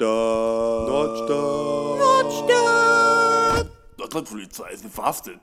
Nordstadt. Nordstadt. Nordstadt. Nordrhein-Polizei ist verhaftet.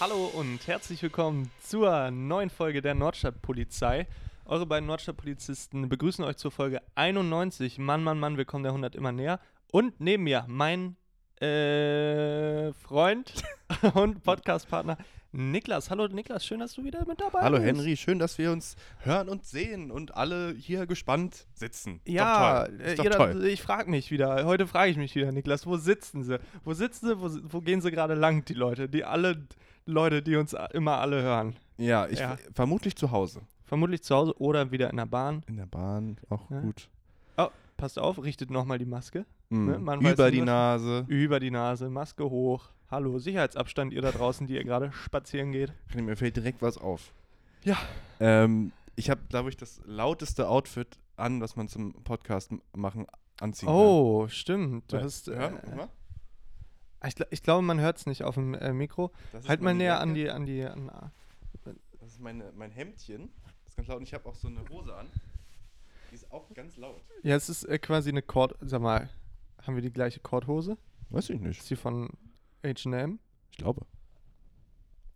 Hallo und herzlich willkommen zur neuen Folge der Nordstadtpolizei. Eure beiden Nordstadtpolizisten begrüßen euch zur Folge 91. Mann, Mann, Mann, wir kommen der 100 immer näher. Und neben mir mein äh, Freund und Podcastpartner Niklas. Hallo Niklas, schön, dass du wieder mit dabei Hallo bist. Henry, schön, dass wir uns hören und sehen und alle hier gespannt sitzen. Ist Ja, doch toll. Ist äh, doch jeder, toll. ich frage mich wieder. Heute frage ich mich wieder, Niklas, wo sitzen sie? Wo sitzen sie? Wo, si- wo gehen sie gerade lang, die Leute? Die alle Leute, die uns a- immer alle hören. Ja, ich Ja. vermutlich zu Hause. Vermutlich zu Hause oder wieder in der Bahn. In der Bahn, auch Ja. gut. Oh, passt auf, richtet nochmal die Maske. Mhm. Ne, man weiß Über nie, die was- Nase. Über die Nase, Maske hoch. Hallo, Sicherheitsabstand, ihr da draußen, die ihr gerade spazieren geht. Mir fällt direkt was auf. Ja. Ähm, ich habe, glaube ich, das lauteste Outfit an, was man zum Podcast m- machen anziehen Oh, stimmt. Du kann. hast, ja, äh, guck mal. ich, gl- ich glaube, man hört es nicht auf dem äh, Mikro. Das ist Halt mal meine näher Jacke. an die, an die. An, Das ist meine, mein Hemdchen. Das ist ganz laut. Und ich habe auch so eine Hose an. Die ist auch ganz laut. ja, es ist äh, quasi eine Kord. Sag mal, haben wir die gleiche Kordhose? Weiß ich nicht. Ist die von HM? Ich glaube.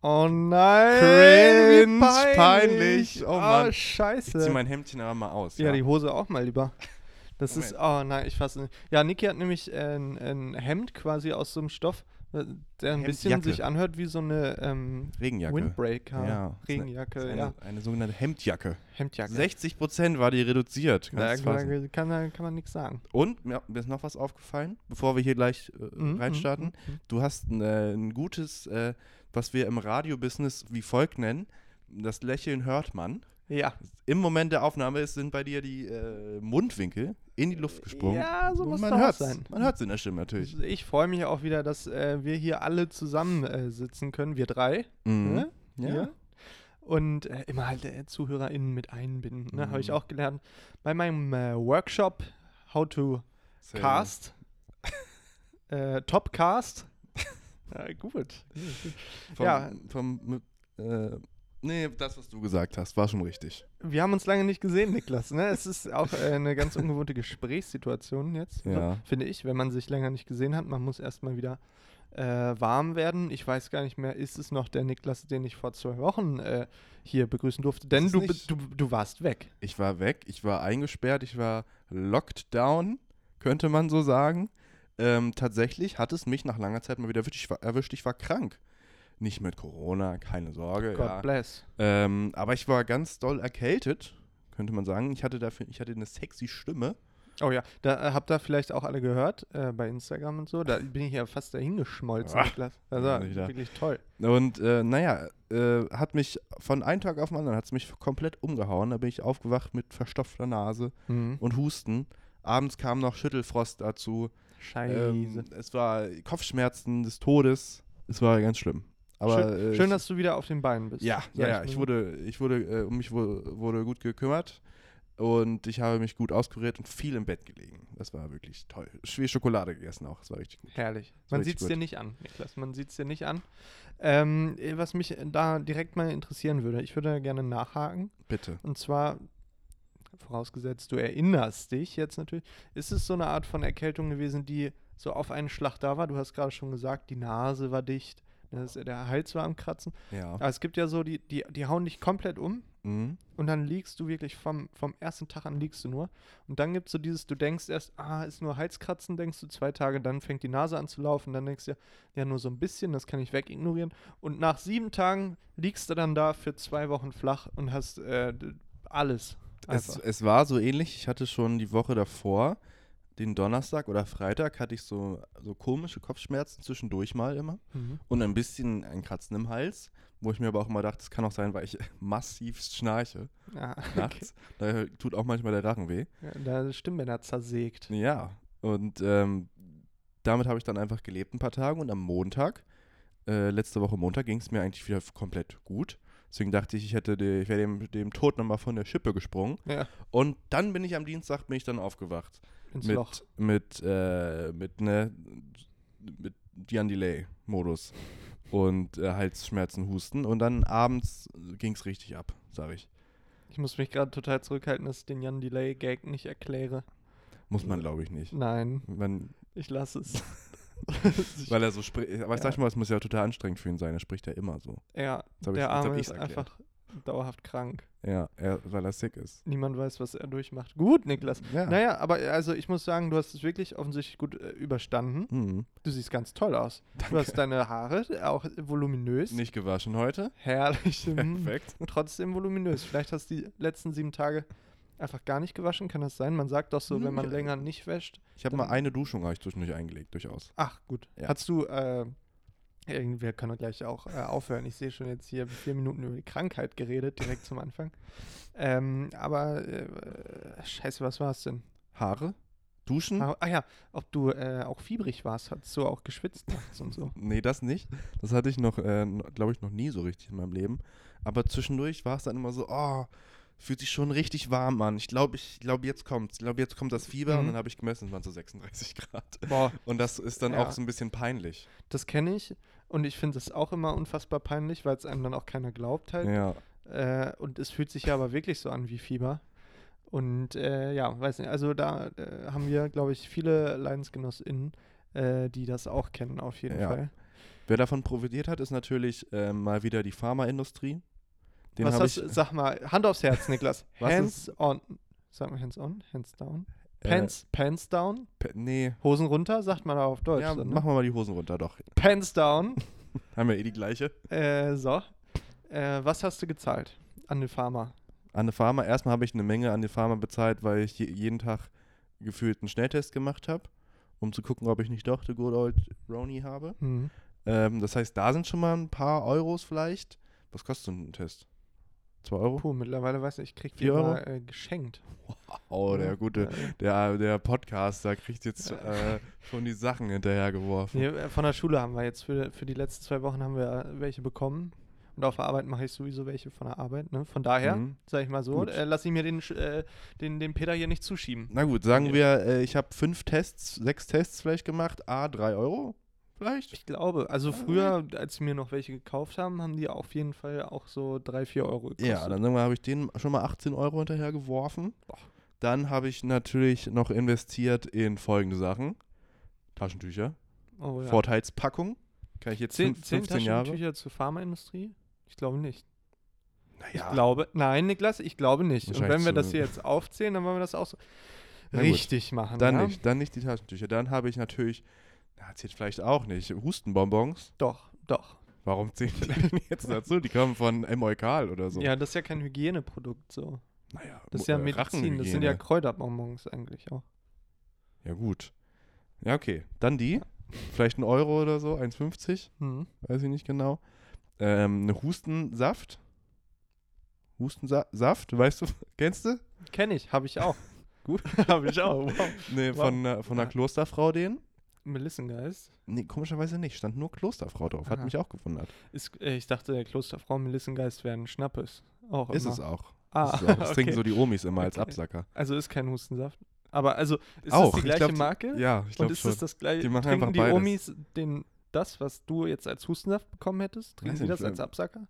Oh nein! Cringe, wie peinlich! peinlich. Oh Oh Mann. Mann. Ich scheiße. ziehe mein Hemdchen aber mal aus. äh, ja, die Hose auch mal lieber. Das ist, oh Moment. nein, ich fasse nicht. Ja, Niki hat nämlich äh, ein, ein Hemd quasi aus so einem Stoff, äh, der ein bisschen Hemdjacke. sich anhört wie so eine ähm, Regenjacke. Windbreaker, Ja. Regenjacke, Das ist eine, Äh, ja, eine sogenannte Hemdjacke. Hemdjacke. 60 Prozent war die reduziert. da, Ganz fassen. da kann, da kann man nichts sagen. Und mir, mir ist noch was aufgefallen, bevor wir hier gleich äh, Mhm, reinstarten. mhm, mhm. Du hast ein, äh, ein gutes, äh, was wir im Radiobusiness wie folgt nennen. Das Lächeln hört man. Ja. Im Moment der Aufnahme ist- sind bei dir die äh, Mundwinkel in die Luft gesprungen. Ja, so Und muss man doch auch hört's. sein. Man hört es in der Stimme natürlich. Ich freue mich auch wieder, dass äh, wir hier alle zusammen äh, sitzen können, wir drei. Mhm. Ne? Ja. Hier. Und äh, immer halt äh, ZuhörerInnen mit einbinden. Ne? Habe ich Mhm. auch gelernt bei meinem äh, Workshop How to Sehr- Cast. äh, Topcast. ja, gut. Vom, Ja. Vom, äh, nee, das, was du gesagt hast, war schon richtig. Wir haben uns lange nicht gesehen, Niklas. Ne? Es ist auch äh, eine ganz ungewohnte Gesprächssituation jetzt, ne? Ja. finde ich, wenn man sich länger nicht gesehen hat. Man muss erstmal wieder äh, warm werden. Ich weiß gar nicht mehr, ist es noch der Niklas, den ich vor zwei Wochen äh, hier begrüßen durfte? Denn es du, bi- nicht. du, du warst weg. Ich war weg, ich war eingesperrt, ich war locked down, könnte man so sagen. Ähm, tatsächlich hat es mich nach langer Zeit mal wieder erwischt. Ich war, erwischt. Ich war krank. Nicht mit Corona, keine Sorge. God Ja. bless. Ähm, aber ich war ganz doll erkältet, könnte man sagen. Ich hatte dafür, ich hatte eine sexy Stimme. Oh ja, da äh, habt ihr vielleicht auch alle gehört äh, bei Instagram und so. Da bin ich ja fast dahingeschmolzen, Ah, Niklas. Das war wieder. wirklich toll. Und äh, naja, äh, hat mich von einem Tag auf den anderen hat's mich komplett umgehauen. Da bin ich aufgewacht mit verstopfter Nase Mhm. und Husten. Abends kam noch Schüttelfrost dazu. Scheiße. Ähm, es war Kopfschmerzen des Todes. Es war ganz schlimm. Aber schön, äh, schön, ich- dass du wieder auf den Beinen bist. ja, sag ja, ja. mal Ich so. wurde, ich wurde, äh, um mich wurde, wurde gut gekümmert und ich habe mich gut auskuriert und viel im Bett gelegen. Das war wirklich toll. Viel Schokolade gegessen auch. Das war richtig gut. Herrlich. Man richtig sieht es gut. dir nicht an, Niklas. Man sieht es dir nicht an. Ähm, eh, was mich da direkt mal interessieren würde, ich würde gerne nachhaken. Bitte. Und zwar, vorausgesetzt, du erinnerst dich jetzt natürlich, ist es so eine Art von Erkältung gewesen, die so auf einen Schlag da war? Du hast gerade schon gesagt, die Nase war dicht, ne, das, der Hals war am Kratzen. Ja. Aber es gibt ja so, die, die, die hauen dich komplett um. Ah. Mhm. Und dann liegst du wirklich vom, vom ersten Tag an liegst du nur. Und dann gibt es so dieses, du denkst erst, ah, ist nur Halskratzen, denkst du zwei Tage, dann fängt die Nase an zu laufen, dann denkst du, ja, ja nur so ein bisschen, das kann ich wegignorieren. Und nach sieben Tagen liegst du dann da für zwei Wochen flach und hast äh, d- alles. Es, einfach. es war so ähnlich. Ich hatte schon die Woche davor, den Donnerstag oder Freitag, hatte ich so, so komische Kopfschmerzen zwischendurch mal immer. Mhm. und ein bisschen ein Kratzen im Hals, wo ich mir aber auch immer dachte, das kann auch sein, weil ich massiv schnarche Ja, okay. nachts. Da tut auch manchmal der Rachen weh. ja, da Stimmbänder zersägt. Ja, und ähm, damit habe ich dann einfach gelebt ein paar Tage und am Montag, äh, letzte Woche Montag, ging es mir eigentlich wieder f- komplett gut. Deswegen dachte ich, ich hätte de, ich wäre dem, dem Tod nochmal von der Schippe gesprungen. Ja, Und dann bin ich am Dienstag, bin ich dann aufgewacht. ins mit, Loch. mit, äh, mit, ne, mit Jan Delay-Modus und äh, Halsschmerzen, Husten. Und dann abends ging es richtig ab, sag ich. Ich muss mich gerade total zurückhalten, dass ich den Jan Delay Gag nicht erkläre. Muss man, glaube ich, nicht. Nein, Man, ich lasse es. weil er so spricht. Aber ich sag mal, es muss ja total anstrengend für ihn sein. Er spricht ja immer so. ja, hab ich- der jetzt hab Arme ich's ist erklärt. einfach dauerhaft krank. Ja, er, weil er sick ist. Niemand weiß, was er durchmacht. Gut, Niklas. Ja. Naja, aber also ich muss sagen, du hast es wirklich offensichtlich gut äh, überstanden. Hm. Du siehst ganz toll aus. Du hast deine Haare auch voluminös. Nicht gewaschen heute. Herrlich. mhm. Perfekt. Und trotzdem voluminös. Vielleicht hast du die letzten sieben Tage einfach gar nicht gewaschen, kann das sein? Man sagt doch so, wenn man Hm, Ja. länger nicht wäscht. Ich habe mal eine Duschung hab ich zwischendurch eingelegt, durchaus. Ach, gut. Ja. Hast du, äh, irgendwie- wir können gleich auch äh, aufhören. Ich sehe schon jetzt hier vier Minuten über die Krankheit geredet, direkt zum Anfang. Ähm, aber, äh, scheiße, was war es denn? Haare? Duschen? Ah, ah ja, ob du äh, auch fiebrig warst, hast du auch geschwitzt nachts und so. Nee, das nicht. Das hatte ich noch, äh, glaube ich, noch nie so richtig in meinem Leben. Aber zwischendurch war es dann immer so, oh, fühlt sich schon richtig warm an. Ich glaube, ich glaube, jetzt kommt's. Ich glaube, jetzt kommt das Fieber. Und Mhm. dann habe ich gemessen, es waren so 36 Grad. Boah, Und das ist dann Ja. auch so ein bisschen peinlich. das kenne ich. Und ich finde es auch immer unfassbar peinlich, weil es einem dann auch keiner glaubt halt. Ja. Äh, und es fühlt sich ja aber wirklich so an wie Fieber. Und äh, ja, weiß nicht, also da äh, haben wir, glaube ich, viele LeidensgenossInnen, äh, die das auch kennen, auf jeden Ja. Fall. Wer davon profitiert hat, ist natürlich ähm, mal wieder die Pharmaindustrie. Den Was habe hast, ich. sag mal, Hand aufs Herz, Niklas. Was hands on. Sag mal hands on, hands down. Äh, Pants, Pants down, Pe- nee. Hosen runter, sagt man auch auf Deutsch. Ja, so, ne? machen wir mal die Hosen runter, doch. Pants down. Haben wir eh die gleiche. Äh, so. Äh, was hast du gezahlt an den Farmer? An der Pharma, erstmal habe ich eine Menge an die Pharma bezahlt, weil ich je, jeden Tag gefühlt einen Schnelltest gemacht habe, um zu gucken, ob ich nicht doch The Good Old Roni habe. Hm. Ähm, das heißt, da sind schon mal ein paar Euros vielleicht. Was kostet so ein Test? Zwei Euro? Puh, mittlerweile weiß ich, ich krieg die Vier Euro? immer äh, geschenkt. Oh, der Ja. gute, der, der Podcaster kriegt jetzt äh, schon die Sachen hinterhergeworfen. Nee, äh, von der Schule haben wir jetzt für, für die letzten zwei Wochen haben wir äh, welche bekommen. Und auf der Arbeit mache ich sowieso welche von der Arbeit. Ne? Von daher, Mhm. sage ich mal so, Gut. äh, lasse ich mir den, Sch- äh, den, den Peter hier nicht zuschieben. Na gut, sagen wir, äh, ich habe fünf Tests, sechs Tests vielleicht gemacht, a drei Euro vielleicht. Ich glaube, also früher, als sie mir noch welche gekauft haben, haben die auf jeden Fall auch so drei, vier Euro gekostet. Ja, dann sagen wir, habe ich den schon mal 18 Euro hinterher geworfen. Dann habe ich natürlich noch investiert in folgende Sachen: Taschentücher, oh, ja. Vorteilspackung. Kann ich jetzt Zehn, fünf- zehn 15 Jahre? Taschentücher zur Pharmaindustrie? Ich glaube nicht. Naja, Ich glaube, nein, Niklas, ich glaube nicht. Und Wahrscheinlich wenn wir zu- das hier jetzt aufzählen, dann wollen wir das auch so Na gut. richtig machen. dann ja? nicht, dann nicht die Taschentücher. Dann habe ich natürlich, na, zählt vielleicht auch nicht, Hustenbonbons. Doch, doch. Warum zählen die denn jetzt dazu? Die kommen von M. Eukal oder so. Ja, das ist ja kein Hygieneprodukt so. naja, Das ist Mu- ja äh, Medizin, das sind ja Rachenhygiene. Kräuterbonbons eigentlich auch. Ja, gut. Ja, okay. Dann die. Vielleicht ein Euro oder so, 1,50. Hm. weiß ich nicht genau. Ähm, eine Hustensaft. Hustensaft, weißt du, kennst du? Kenn ich, habe ich auch. Gut, habe ich auch. Wow. Nee, Ne, Wow. von, einer- von einer Ah. Klosterfrau den? Melissengeist. Nee, komischerweise nicht. Stand nur Klosterfrau drauf. Hat Aha. mich auch gewundert. Ist, äh, ich dachte, der Klosterfrau Melissengeist wäre ein Schnappes. Auch Ist immer. es auch. Ah, ist es auch. Das trinken okay. so die Omis immer als Okay. Absacker. Also ist kein Hustensaft. Aber also ist auch. das die ich gleiche glaub, die- Marke? Ja, ich Und glaube ist schon. es das gleiche? Die machen trinken einfach die beides. Omis den, das, was du jetzt als Hustensaft bekommen hättest, trinken Weiß die nicht, das als vielleicht- Absacker?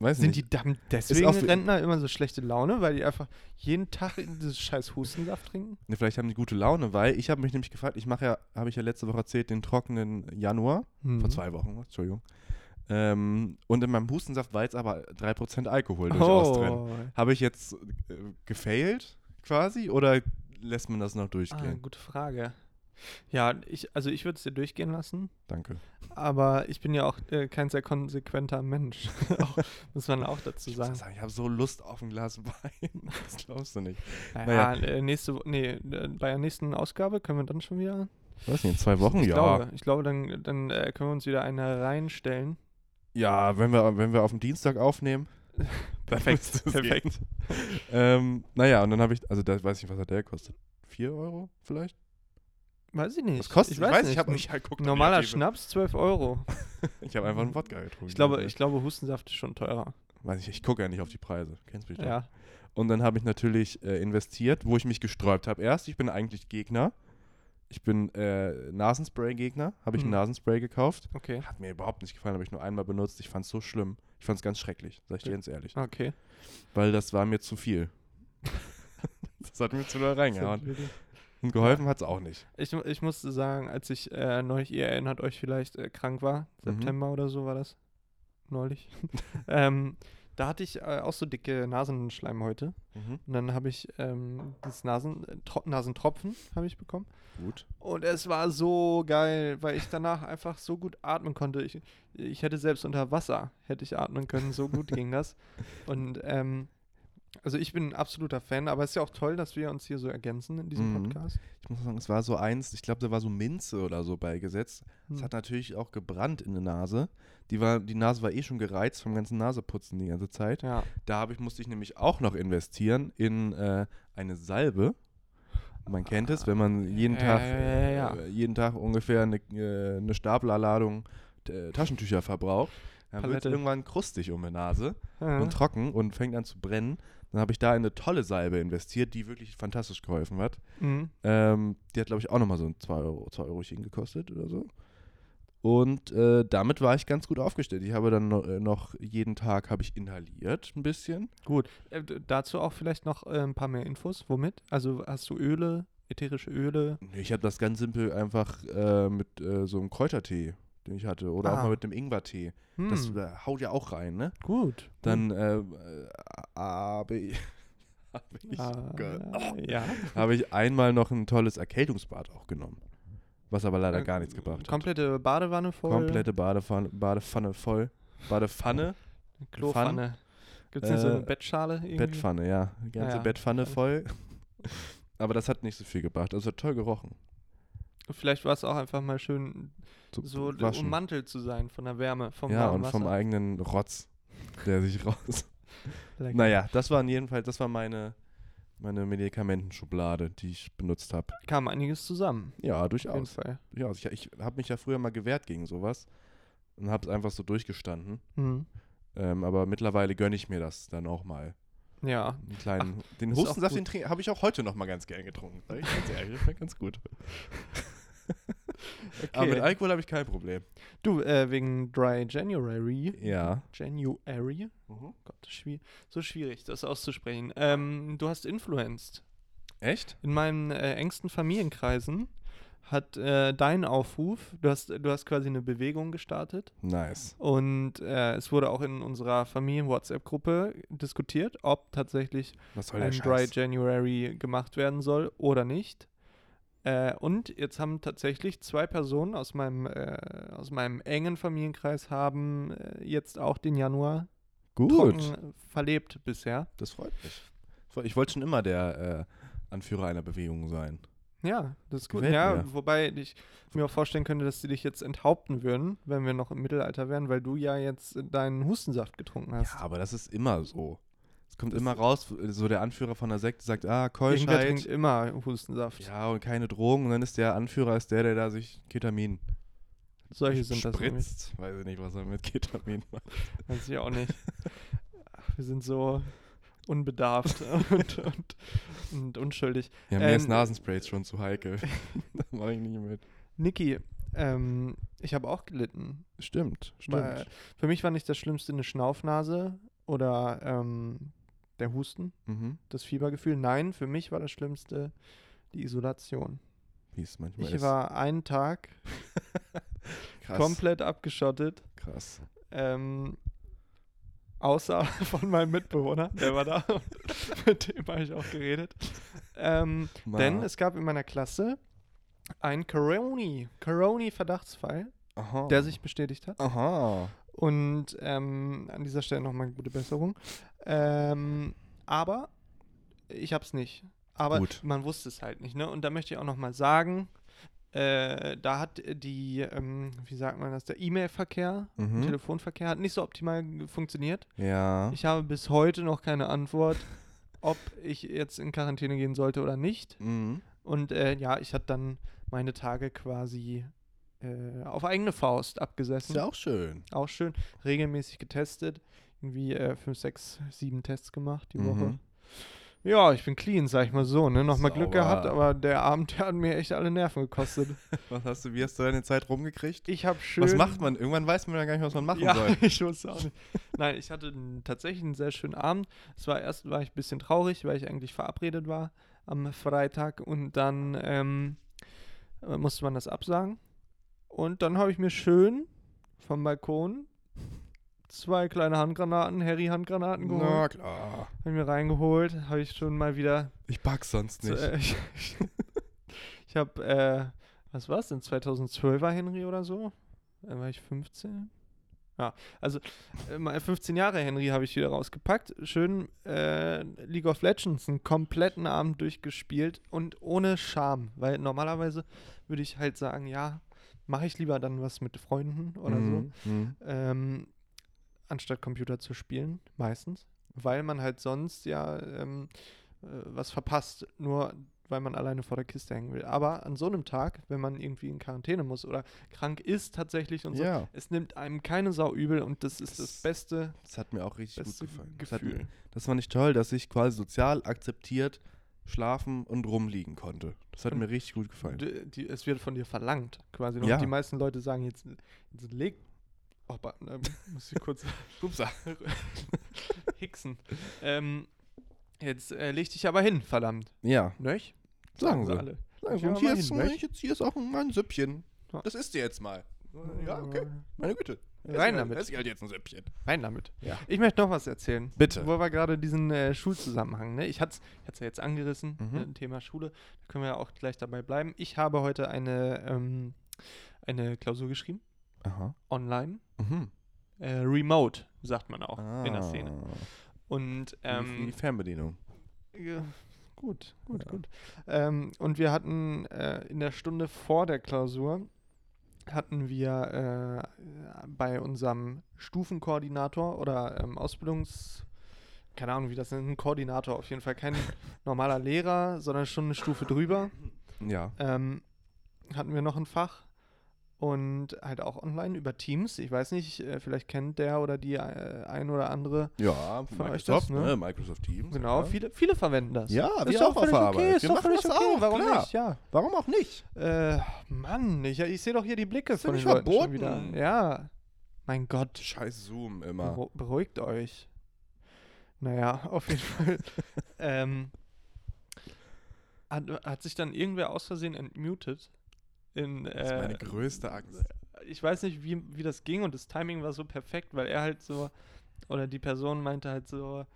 Weiß nicht. Sind die dann deswegen auf- Rentner immer so schlechte Laune, weil die einfach jeden Tag dieses scheiß Hustensaft trinken? Nee, Ne, vielleicht haben die gute Laune, weil ich habe mich nämlich gefragt, ich mache ja, habe ich ja letzte Woche erzählt, den trockenen Januar. Vor Hm. zwei Wochen, Entschuldigung. Ähm, und in meinem Hustensaft war jetzt aber 3% Alkohol durchaus drin. Oh, Habe ich jetzt äh, gefailt quasi oder lässt man das noch Ah, durchgehen? gute Frage. Ja, ich, also ich würde es dir durchgehen lassen, Danke. aber ich bin ja auch äh, kein sehr konsequenter Mensch. auch, muss man auch dazu Ich, muss sagen. sagen, ich habe so Lust auf ein Glas Wein. Das glaubst du nicht. Naja, äh, nächste, Wo- nee, äh, bei der nächsten Ausgabe können wir dann schon wieder. Was denn, in zwei Wochen? Ich ja. glaube, ich glaube dann, dann äh, können wir uns wieder eine reinstellen. Ja, wenn wir, wenn wir auf den Dienstag aufnehmen. dann müsste es perfekt. gehen. Ähm, naja, und dann habe ich, also da weiß ich nicht, was hat der gekostet? Vier Euro vielleicht? Weiß ich nicht. Was kostet? Ich weiß, nicht. ich habe nicht geguckt. ob die Normaler Rewe- Schnaps 12 Euro. Ich habe einfach einen Wodka getrunken. Ich glaube, ich glaube, Hustensaft ist schon teurer. Weiß ich, ich gucke ja nicht auf die Preise. Kennst mich doch. Ja. Und dann habe ich natürlich äh, investiert, wo ich mich gesträubt habe. Erst, ich bin eigentlich Gegner. Ich bin äh, Nasenspray-Gegner. Habe ich Hm. ein Nasenspray gekauft. Okay. Hat mir überhaupt nicht gefallen, habe ich nur einmal benutzt. Ich fand es so schlimm. Ich fand es ganz schrecklich, sag ich dir ganz ehrlich. Okay. Weil das war mir zu viel. das hat mir zu doll reingehauen. Und geholfen hat es auch nicht. Ich, ich musste sagen, als ich äh, neulich, ihr erinnert euch vielleicht, äh, krank war, Mhm. September oder so war das, neulich, ähm, da hatte ich äh, auch so dicke Nasenschleimhäute. Und dann habe ich ähm, dieses Nasen, äh, Tro Nasentropfen habe ich bekommen. Gut. Und es war so geil, weil ich danach einfach so gut atmen konnte. Ich, ich hätte selbst unter Wasser hätte ich atmen können, so gut ging das. Und ähm, also ich bin ein absoluter Fan, aber es ist ja auch toll, dass wir uns hier so ergänzen in diesem Mhm. Podcast. Ich muss sagen, es war so eins, ich glaube, da war so Minze oder so beigesetzt. Es Hm. hat natürlich auch gebrannt in der Nase. Die, war, die Nase war eh schon gereizt vom ganzen Naseputzen die ganze Zeit. Ja. Da hab ich, musste ich nämlich auch noch investieren in äh, eine Salbe. Man kennt es, wenn man jeden Ja, Tag, ja, ja, ja. Äh, jeden Tag ungefähr eine, äh, eine Staplerladung äh, Taschentücher verbraucht, dann wird Palette. irgendwann krustig um die Nase Ja. und trocken und fängt an zu brennen. Dann habe ich da in eine tolle Salbe investiert, die wirklich fantastisch geholfen hat. Mhm. Ähm, die hat, glaube ich, auch nochmal so ein 2 Euro, 2 Eurochen gekostet oder so. Und äh, damit war ich ganz gut aufgestellt. Ich habe dann no, äh, noch jeden Tag habe ich inhaliert ein bisschen. Gut. Äh, d- dazu auch vielleicht noch äh, ein paar mehr Infos. Womit? Also hast du Öle, ätherische Öle? Nee, Ich habe das ganz simpel einfach äh, mit äh, so einem Kräutertee, den ich hatte. Oder auch Ah. mal mit einem Ingwertee. Hm, Das äh, haut ja auch rein, ne? gut. Dann äh, äh, habe ich, habe ich, oh Ah, Gott. ja. habe ich einmal noch ein tolles Erkältungsbad auch genommen. Was aber leider gar nichts gebracht hat. Komplette Badewanne Äh, voll. Komplette Badepfanne, Badepfanne voll. Badepfanne, Klopfanne. Gibt es nicht so Äh, eine Bettschale? Irgendwie? Bettpfanne, ja. Die ganze Ja, Bettpfanne Pfanne. voll. Aber das hat nicht so viel gebracht. Also hat toll gerochen. Vielleicht war es auch einfach mal schön, Zu so d- waschen. ummantelt zu sein von der Wärme, vom ja, warmen und vom Wasser. eigenen Rotz, der sich raus. Lecker. Naja, das waren jedenfalls, das war meine, meine Medikamentenschublade, die ich benutzt habe. Kam einiges zusammen. Ja, Auf jeden durchaus. Fall. durchaus. Ich, ich habe mich ja früher mal gewehrt gegen sowas und habe es einfach so durchgestanden. Mhm. Ähm, aber mittlerweile gönne ich mir das dann auch mal. Ja. Einen kleinen, den ist auch Hustensaft, gut. den trin- habe ich auch heute noch mal ganz gern getrunken. Sag ich ganz ehrlich, war ganz gut. Aber mit Okay. Alkohol habe ich kein Problem. Du, äh, wegen Dry January. Ja. January. Mhm. Gott, schwierig. so schwierig, das auszusprechen. Ähm, du hast influenced. Echt? In meinen äh, engsten Familienkreisen hat äh, dein Aufruf, du hast, du hast quasi eine Bewegung gestartet Nice. und äh, es wurde auch in unserer Familien-WhatsApp-Gruppe diskutiert, ob tatsächlich Was soll der ein Dry Scheiß? January gemacht werden soll oder nicht. Äh, und jetzt haben tatsächlich zwei Personen aus meinem, äh, aus meinem engen Familienkreis haben äh, jetzt auch den Januar Gut. trocken verlebt bisher. Das freut mich. Das freut- Ich wollte schon immer der äh, Anführer einer Bewegung sein. Ja, das ist gut. Gefällt Ja, mir. wobei ich mir auch vorstellen könnte, dass die dich jetzt enthaupten würden, wenn wir noch im Mittelalter wären, weil du ja jetzt deinen Hustensaft getrunken hast. Ja, aber das ist immer so. Es kommt immer raus, so der Anführer von der Sekte sagt, ah, Irgendwer trinkt Keuschheit. immer Hustensaft. Ja, und keine Drogen. Und dann ist der Anführer ist der, der da sich Ketamin Solche sind das nämlich. spritzt. Weiß ich nicht, was er mit Ketamin macht. Weiß ich auch nicht. Ach, wir sind so unbedarft und, und, und unschuldig. Ja, mir Ähm, ist Nasenspray schon zu heikel. da mache ich nicht mit. Niki, ähm, ich habe auch gelitten. Stimmt, Weil Für mich war nicht das Schlimmste eine Schnaufnase oder ähm, der Husten. Mhm. das Fiebergefühl. Nein, für mich war das Schlimmste die Isolation. Wie es manchmal Ich ist. war einen Tag krass, komplett abgeschottet, krass. ähm, außer von meinem Mitbewohner, der war da, und mit dem habe ich auch geredet. Ähm, Ma- denn es gab in meiner Klasse einen Coroni, Coroni-Verdachtsfall, Aha. der sich bestätigt hat. Aha. Und ähm, an dieser Stelle nochmal gute Besserung. Ähm, aber ich hab's nicht. Aber Gut. man wusste es halt nicht, ne? Und da möchte ich auch nochmal sagen, äh, da hat die, ähm, wie sagt man das, der E-Mail-Verkehr, Mhm. Telefonverkehr hat nicht so optimal ge- funktioniert. Ja. Ich habe bis heute noch keine Antwort, ob ich jetzt in Quarantäne gehen sollte oder nicht. mhm. Und äh, ja, ich hatte dann meine Tage quasi äh, auf eigene Faust abgesessen Ist ja auch schön. auch schön. Regelmäßig getestet. Irgendwie äh, 5, 6, 7 Tests gemacht die Woche. Mhm. Ja, ich bin clean, sag ich mal so. Ne? Nochmal Glück Sauber. gehabt, aber der Abend der hat mir echt alle Nerven gekostet. Was hast du, wie hast du deine Zeit rumgekriegt? Ich habe schön. Was macht man? Irgendwann weiß man ja gar nicht, was man machen ja, soll. ich wusste auch nicht. Nein, ich hatte n- tatsächlich einen sehr schönen Abend. Es war erst war ich ein bisschen traurig, weil ich eigentlich verabredet war. am Freitag und dann ähm, äh, musste man das absagen. Und dann habe ich mir schön vom Balkon zwei kleine Handgranaten, Harry-Handgranaten geholt. Na klar. Habe ich mir reingeholt, habe ich schon mal wieder. Ich pack sonst Zu, nicht. äh, ich ich habe, äh, was war es denn, 2012er Henry oder so? Da war ich 15? Ja, also äh, mal 15 Jahre Henry habe ich wieder rausgepackt. Schön äh, League of Legends einen kompletten Abend durchgespielt und ohne Scham, weil normalerweise würde ich halt sagen, ja, mache ich lieber dann was mit Freunden oder so Mhm, mhm. ähm, anstatt Computer zu spielen, meistens, weil man halt sonst ja ähm, äh, was verpasst, nur weil man alleine vor der Kiste hängen will. Aber an so einem Tag, wenn man irgendwie in Quarantäne muss oder krank ist tatsächlich und so, Ja, es nimmt einem keine Sau übel und das ist das Das- beste, das hat mir auch richtig gut beste gefallen. Das, hat, Gefühl. das fand ich toll, dass ich quasi sozial akzeptiert schlafen und rumliegen konnte. Das hat Und mir richtig gut gefallen. Hm. D- die, es wird von dir verlangt, quasi. Ja. Und die meisten Leute sagen jetzt, jetzt leg. Oh, ba- ähm, muss ich kurz. Upsa. Hixen. Ähm, jetzt äh, leg dich aber hin, verdammt. Ja, Nöch? sagen Sie. alle. Sagen Ich Sie. Und aber hier mal ist, hin, ein, nicht? jetzt, hier ist auch mal ein Süppchen. Ja. Ah. Das isst ihr jetzt mal. Äh, Ja, okay. Meine Güte. Rein Ess ich- damit. Ess ich halt jetzt ein Süppchen. Rein damit. Ja. Ich möchte noch was erzählen. Bitte. Wo wir gerade diesen äh, Schulzusammenhang, ne? Ich hatte es ja jetzt angerissen, Mhm. ne, Thema Schule. Da können wir ja auch gleich dabei bleiben. Ich habe heute eine, ähm, eine Klausur geschrieben, Aha. online. Mhm. Äh, remote, sagt man auch in der Ah. Szene. Und Wie- wie die ähm, Fernbedienung. ja, gut, gut, Ja. gut. Ähm, und wir hatten äh, in der Stunde vor der Klausur hatten wir äh, bei unserem Stufenkoordinator oder ähm, Ausbildungs keine Ahnung, wie das nennt, ein Koordinator auf jeden Fall kein normaler Lehrer, sondern schon eine Stufe drüber. Ja. Ähm, hatten wir noch ein Fach und halt auch online über Teams. Ich weiß nicht, äh, vielleicht kennt der oder die äh, ein oder andere Ja, Von euch Microsoft, das, ne? ne? Microsoft Teams. Genau, ja. viele, viele verwenden das. Ja, wir ist auch auf auch völlig der okay, Arbeit. ist Wir doch machen völlig das okay, auch, warum klar. nicht, ja. Warum auch nicht? Äh, Mann, ich, ich sehe doch hier die Blicke Ist ja von den nicht Leuten schon verboten. wieder. Ja, mein Gott, Scheiß Zoom immer. beru beruhigt euch. Naja, auf jeden Fall. ähm, hat, hat sich dann irgendwer aus Versehen entmutet? In, Das ist äh, meine größte Angst. ich weiß nicht, wie, wie das ging und das Timing war so perfekt, weil er halt so, oder die Person meinte halt so,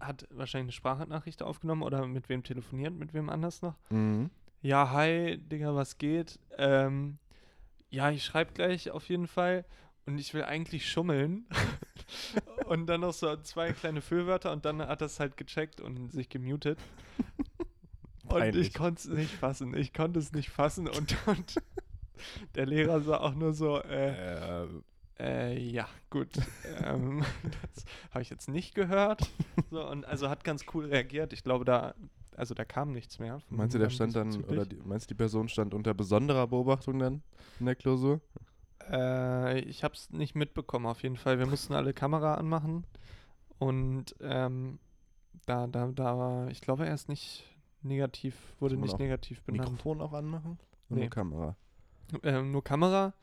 hat wahrscheinlich eine Sprachnachricht aufgenommen oder mit wem telefoniert, mit wem anders noch. Mhm. Ja, hi, Digga, was geht? Ähm, ja, ich schreibe gleich auf jeden Fall und ich will eigentlich schummeln. und dann noch so zwei kleine Füllwörter und dann hat das halt gecheckt und sich gemutet. Und Peinlich. ich konnte es nicht fassen. Ich konnte es nicht fassen und, und der Lehrer sah auch nur so, äh, Äh, äh, ja, gut. Ähm, das habe ich jetzt nicht gehört. So, und also hat ganz cool reagiert. Ich glaube, da, also da kam nichts mehr. von meinst du, der ihm stand dann, diesbezüglich. oder die, meinst du, die Person stand unter besonderer Beobachtung dann in der Klausur? Äh, ich habe es nicht mitbekommen, auf jeden Fall. Wir mussten alle Kamera anmachen. Und ähm, da, da, da war, ich glaube, er ist nicht negativ, wurde Kann man nicht auch negativ benannt. Mikrofon auch anmachen? Und Nee. eine Kamera. Ähm, nur Kamera.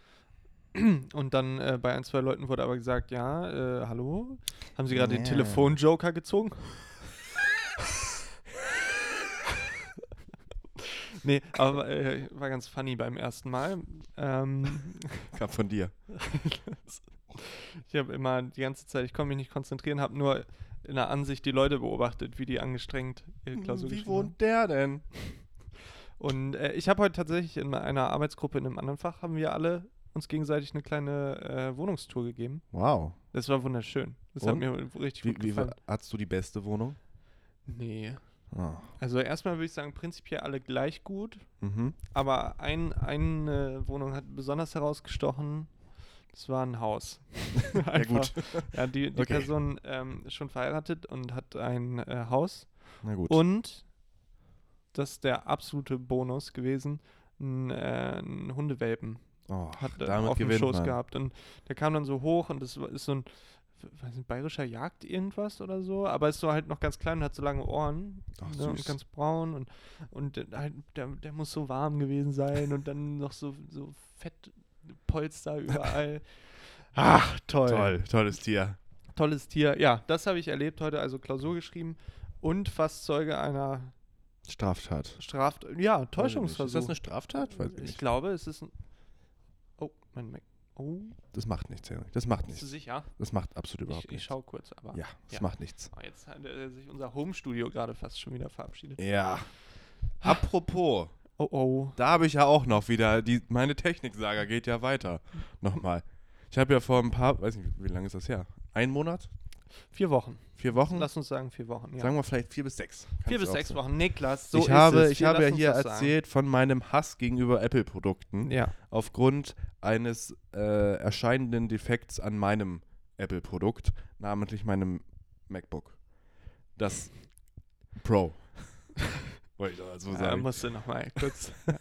Und dann äh, bei ein, zwei Leuten wurde aber gesagt, ja, äh, hallo? Haben Sie gerade den Ja. Telefonjoker gezogen? nee, aber äh, war ganz funny beim ersten Mal. Ähm, Kam von dir. Ich habe immer die ganze Zeit, ich konnte mich nicht konzentrieren, habe nur in der Ansicht die Leute beobachtet, wie die angestrengt ihre Klausur Mhm, Wie geschrieben haben. wohnt der denn? Und äh, ich habe heute tatsächlich in einer Arbeitsgruppe in einem anderen Fach, haben wir alle uns gegenseitig eine kleine äh, Wohnungstour gegeben. Wow. Das war wunderschön. Das hat Und? mir richtig Wie, gut wie, gefallen. war- hattest du die beste Wohnung? Nee. Ah. Also erstmal würde ich sagen, prinzipiell alle gleich gut, Mhm. aber ein, eine Wohnung hat besonders herausgestochen. Das war ein Haus. Ja, Einfach- gut. Ja, die, die Okay. Person ähm, ist schon verheiratet und hat ein äh, Haus. Na gut. Und das ist der absolute Bonus gewesen, ein, äh, ein Hundewelpen oh, hat er damit auf dem gewinnt Schoß man. gehabt. Und der kam dann so hoch und das war- ist so ein weiß nicht, bayerischer Jagd irgendwas oder so, aber ist so halt noch ganz klein und hat so lange Ohren Ach, ne, und süß. ganz braun und, und der- halt, der, der muss so warm gewesen sein und dann noch so, so Fettpolster überall. Ach, Toll, tolles Tier. tolles Tier. Ja, das habe ich erlebt heute, also Klausur geschrieben und fast Zeuge einer Straftat. Straft. Oh, Ja, Täuschungsversuch. Täuschungsversuch. Straftat? Weiß ich ich nicht. glaube, es ist ein. Oh, mein Mac. Oh, Das macht nichts, Henrik. Das macht bist du nichts. sicher? Das macht absolut überhaupt Ich, ich nichts. schau kurz, aber. ja, das Ja. macht nichts. Ah, Jetzt hat äh, sich unser Home-Studio gerade fast schon wieder verabschiedet. Ja. Apropos, Oh, oh. da habe ich ja auch noch wieder, die, meine Techniksaga geht ja weiter. Nochmal. Ich habe ja vor ein paar, weiß nicht, wie lange ist das her? Ein Monat? Vier Wochen. Vier Wochen? Lass uns sagen, vier Wochen. Ja. Sagen wir vielleicht vier bis sechs. Kannst Vier bis du auch sechs sagen. Wochen. Niklas, so ich ist habe, es. Ich Wir habe ja lassen uns hier das sagen. erzählt von meinem Hass gegenüber Apple-Produkten Ja. aufgrund eines äh, erscheinenden Defekts an meinem Apple-Produkt, namentlich meinem MacBook. Das Pro. Ähm, Wollte ich doch dazu So ja, sagen. musst du nochmal kurz. Ja.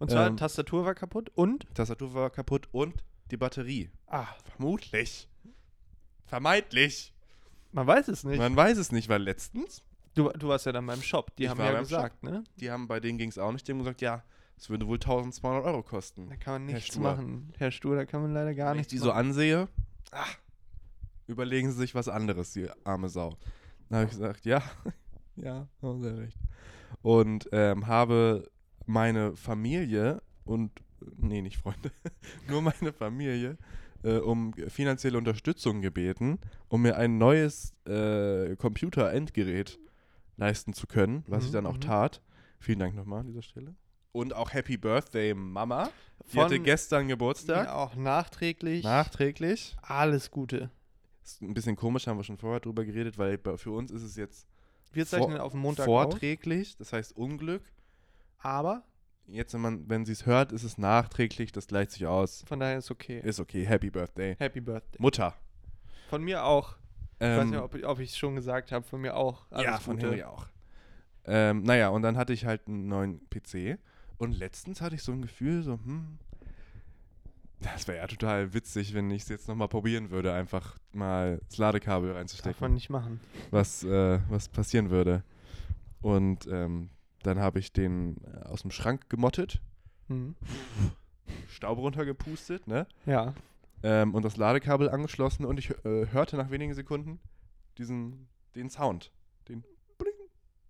und zwar, Ähm. Tastatur war kaputt und. Tastatur war kaputt und die Batterie. Ah, Vermutlich. Vermeintlich. man weiß es nicht. Man weiß es nicht, weil letztens, Du, du warst ja dann beim Shop. Die Ich haben war ja beim gesagt, ne? die haben bei denen ging es auch nicht, die haben gesagt, ja, es würde wohl 1200 Euro kosten. Da kann man Herr nichts Stur. machen. Herr Stur, da kann man leider gar Wenn ich nichts die so machen. ansehe, ach, überlegen sie sich was anderes, die arme Sau. Dann habe ich gesagt, ja, ja, haben sie recht. Und ähm, habe meine Familie und, nee, nicht Freunde, nur meine Familie äh, um finanzielle Unterstützung gebeten, um mir ein neues äh, Computer-Endgerät leisten zu können, was ich Mhm, dann auch mhm. tat. Vielen Dank nochmal an dieser Stelle. Und auch Happy Birthday, Mama. Die Von hatte gestern Geburtstag. Ja, auch nachträglich. Nachträglich. Alles Gute. Ist ein bisschen komisch, haben wir schon vorher drüber geredet, weil bei- für uns ist es jetzt Wir Vor- zeichnen auf den Montag auf, vorträglich, das heißt Unglück. aber Jetzt, wenn man, wenn sie es hört, ist es nachträglich, das gleicht sich aus. von daher ist okay. Ist okay, Happy Birthday. Happy Birthday. Mutter. Von mir auch. Ich weiß Ähm, nicht, ob, ich- ob ich es schon gesagt habe. Von mir auch. Alles ja, von Gute. Henry auch. Ähm, naja, und dann hatte ich halt einen neuen PC und letztens hatte ich so ein Gefühl, so, hm, das wäre ja total witzig, wenn ich es jetzt nochmal probieren würde, einfach mal das Ladekabel Darf reinzustecken. man nicht machen. was, äh, was passieren würde. Und ähm, dann habe ich den äh, aus dem Schrank gemottet, Hm. Staub runtergepustet, ne? Ja. Ähm, und das Ladekabel angeschlossen und ich äh, hörte nach wenigen Sekunden diesen den Sound. Den Bling.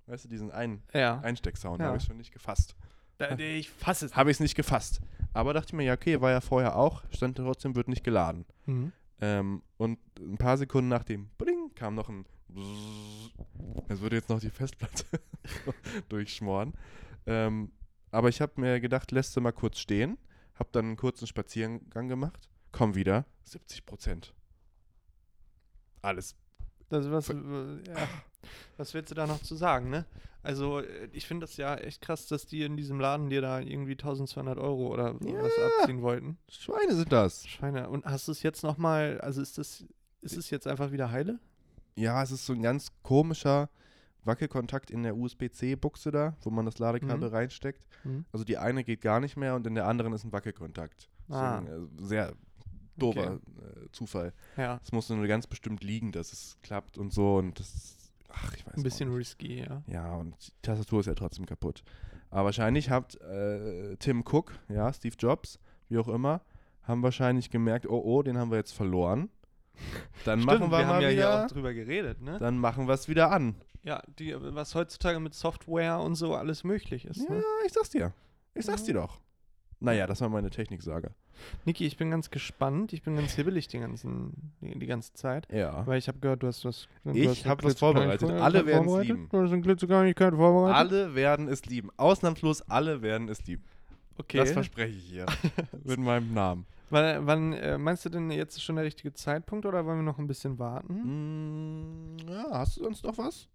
Weißt du, diesen Ein Ja. Einstecksound Ja. habe ich schon nicht gefasst. Da- Ich fasse es. Habe ich es nicht gefasst. Aber dachte ich mir, ja, okay, war ja vorher auch, stand trotzdem, wird nicht geladen. Mhm. Ähm, und ein paar Sekunden nach dem Bling kam noch ein Es würde jetzt noch die Festplatte durchschmoren. Ähm, aber ich habe mir gedacht, lässt sie mal kurz stehen. Habe dann einen kurzen Spaziergang gemacht. Komm wieder, 70 Prozent. Alles. Also was, äh, ja. was willst du da noch zu sagen, ne? Also äh, ich finde das ja echt krass, dass die in diesem Laden dir da irgendwie 1200 Euro oder was Ja. abziehen wollten. Schweine sind das. Scheine. Und hast du es jetzt nochmal, also ist das, ist es jetzt einfach wieder heile? Ja, es ist so ein ganz komischer Wackelkontakt in der USB-C-Buchse da, wo man das Ladekabel Mhm. reinsteckt. Mhm. Also die eine geht gar nicht mehr und in der anderen ist ein Wackelkontakt. Ah. Deswegen, äh, sehr dober äh, Zufall. Ja. Es muss nur ganz bestimmt liegen, dass es klappt und so und das. Ach, ich weiß Ein bisschen auch nicht. risky, ja. Ja, und die Tastatur ist ja trotzdem kaputt. Aber wahrscheinlich hat äh, Tim Cook, ja, Steve Jobs, wie auch immer, haben wahrscheinlich gemerkt, oh oh, den haben wir jetzt verloren. Dann machen wir, wir mal haben ja hier wieder. auch drüber geredet, ne? dann machen wir es wieder an. ja, die, was heutzutage mit Software und so alles möglich ist, Ja, ne? ich sag's dir. Ich sag's dir doch. Naja, das war meine Techniksage. Niki, ich bin ganz gespannt, ich bin ganz hibbelig die, ganzen, die, die ganze Zeit. Ja. Weil ich habe gehört, du hast was. du Ich hast eine hab was klitzekleinigkeit vorbereitet. Alle werden's vorbereitet. lieben. Du hast eine Klitzekleinigkeit vorbereitet. Alle werden es lieben. Ausnahmslos alle werden es lieben. Okay. Das verspreche ich hier. mit meinem Namen. wann wann äh, meinst du denn jetzt ist schon der richtige Zeitpunkt oder wollen wir noch ein bisschen Mhm. warten? Mm, ja, hast du sonst noch was?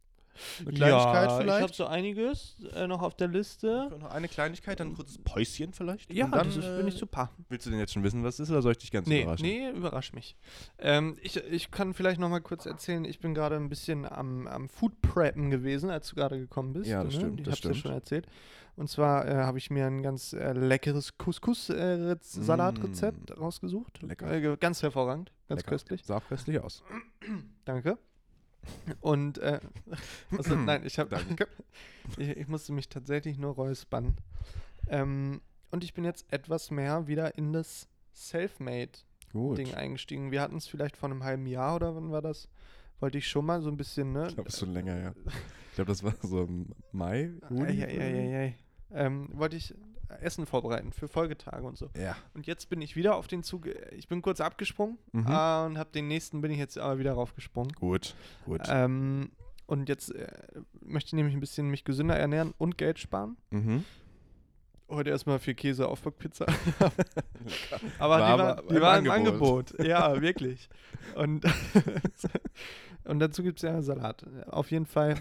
Eine ja, Kleinigkeit ich habe vielleicht? so einiges äh, noch auf der Liste. Noch eine Kleinigkeit, dann ein kurzes Päuschen vielleicht? Ja, Und dann, das ist, äh, finde ich super. Willst du denn jetzt schon wissen, was ist, oder soll ich dich ganz Nee, überraschen? nee, überrasch mich. Ähm, ich, ich kann vielleicht noch mal kurz erzählen, ich bin gerade ein bisschen am, am Food Preppen gewesen, als du gerade gekommen bist. Ja, das ne? stimmt, Ich das hab's dir stimmt. schon erzählt. Und zwar äh, habe ich mir ein ganz äh, leckeres Couscous-Salatrezept rausgesucht. Mm. Lecker. Äh, ge- ganz hervorragend, ganz Lecker. köstlich. Sah auch köstlich aus. Danke. Und äh, also, nein, ich habe Danke. ich, ich musste mich tatsächlich nur räuspern. Ähm, und ich bin jetzt etwas mehr wieder in das Selfmade-Ding Gut. eingestiegen. Wir hatten es vielleicht vor einem halben Jahr oder wann war das? Wollte ich schon mal so ein bisschen, ne? Ich glaube, es ist schon länger, ja. glaube, das war so im Mai, Ah, Juni. Eieieiei. Ähm, wollte ich Essen vorbereiten für Folgetage und so. Ja. Und jetzt bin ich wieder auf den Zug. äh, Ich bin kurz abgesprungen Mhm. äh, und habe den nächsten bin ich jetzt aber wieder raufgesprungen. Gut, gut. Ähm, und jetzt äh, möchte ich nämlich ein bisschen mich gesünder ernähren und Geld sparen. Mhm. Heute erstmal viel Käse Aufbackpizza. aber War die war, aber die im war im Angebot. Angebot. Ja, wirklich. Und, und dazu gibt es ja Salat. Auf jeden Fall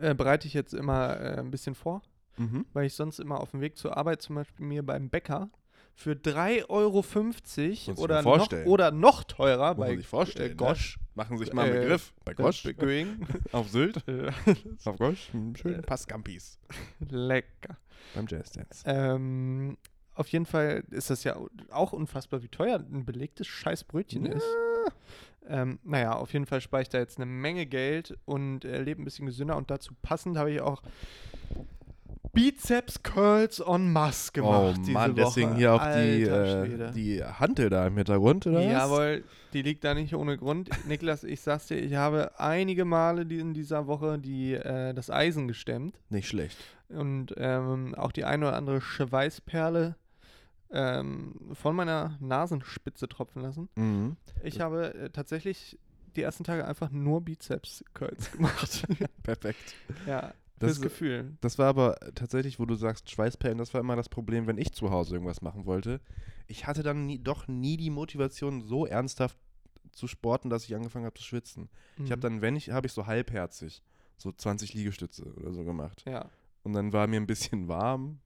äh, bereite ich jetzt immer äh, ein bisschen vor, Mhm. weil ich sonst immer auf dem Weg zur Arbeit zum Beispiel mir beim Bäcker für 3,50 Muss ich Euro mir oder noch, vorstellen. oder noch teurer Muss bei man sich vorstellen. äh, Gosch. Ne? Machen Sie sich mal einen Äh, Begriff. Bei Gosch. äh, Going. Auf Sylt. Äh, Auf Gosch. Hm, Einen schönen Äh. Passkampis. Lecker. Beim Jazzdance. Ähm, auf jeden Fall ist das ja auch unfassbar, wie teuer ein belegtes Scheißbrötchen ist. Ähm, naja, auf jeden Fall spare ich da jetzt eine Menge Geld und äh, lebe ein bisschen gesünder. Und dazu passend habe ich auch Bizeps Curls on Mass Oh gemacht. diese Mann, Woche. deswegen hier auf die, Alter äh, Schwede. die Hantel da im Hintergrund, oder was? Jawohl, die liegt da nicht ohne Grund. Niklas, ich sag's dir, ich habe einige Male die in dieser Woche die, äh, das Eisen gestemmt. Nicht schlecht. und ähm, auch die eine oder andere Schweißperle ähm, von meiner Nasenspitze tropfen lassen. Mhm. Ich habe äh, tatsächlich die ersten Tage einfach nur Bizeps-Curls gemacht. Perfekt. ja, Das ist- das fürs äh, Gefühl. Das war aber tatsächlich, wo du sagst Schweißperlen, das war immer das Problem, wenn ich zu Hause irgendwas machen wollte. Ich hatte dann nie, doch nie die Motivation, so ernsthaft zu sporten, dass ich angefangen habe zu schwitzen. Ich habe Mhm. dann, wenn ich, habe ich so halbherzig so 20 Liegestütze oder so gemacht. Ja, Und dann war mir ein bisschen warm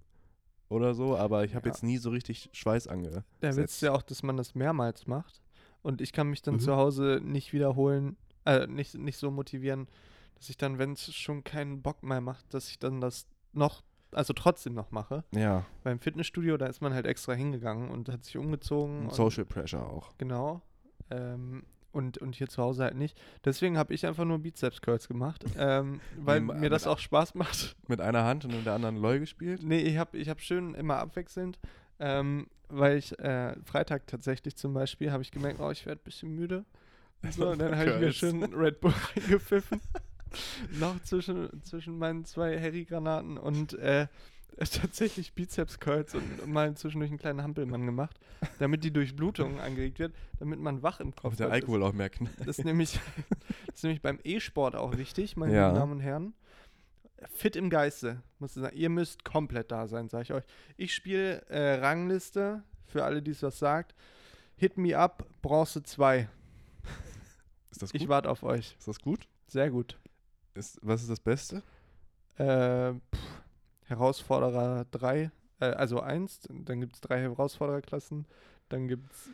oder so, aber ich habe Ja. jetzt nie so richtig Schweiß ange. der Witz Setzt. ist ja auch, dass man das mehrmals macht. Und ich kann mich dann Mhm. zu Hause nicht wiederholen, äh, nicht, nicht so motivieren, dass ich dann, wenn es schon keinen Bock mehr macht, dass ich dann das noch, also trotzdem noch mache. Ja, Beim Fitnessstudio, da ist man halt extra hingegangen und hat sich umgezogen. und- Social Pressure auch. Genau. Ähm, und, und hier zu Hause halt nicht. Deswegen habe ich einfach nur Bizeps Curls gemacht, ähm, weil Nehmen wir mir das mit- auch Spaß macht. Mit einer Hand und mit der anderen LOL gespielt. Nee, ich habe ich hab schön immer abwechselnd, ähm, weil ich äh, Freitag tatsächlich zum Beispiel habe ich gemerkt, oh, ich werde ein bisschen müde. Und, so, und dann habe ich mir Curls. schön Red Bull reingepfiffen. Noch zwischen, zwischen meinen zwei Harry-Granaten und äh, tatsächlich Bizeps Curls und, und mal zwischendurch einen kleinen Hampelmann gemacht, damit die Durchblutung angeregt wird, damit man wach im Kopf Ob der wird. Das- Alkohol auch merken. Das ist nämlich, das ist nämlich beim E-Sport auch wichtig, meine Ja. lieben Damen und Herren. Fit im Geiste, muss ich sagen. Ihr müsst komplett da sein, sage ich euch. Ich spiele äh, Rangliste, für alle, die es was sagt. Hit me up, Bronze 2. Ist das gut? Ich warte auf euch. ist das gut? Sehr gut. Ist, was ist das Beste? Äh, pff, Herausforderer 3, äh, also 1, dann gibt es drei Herausfordererklassen, dann gibt es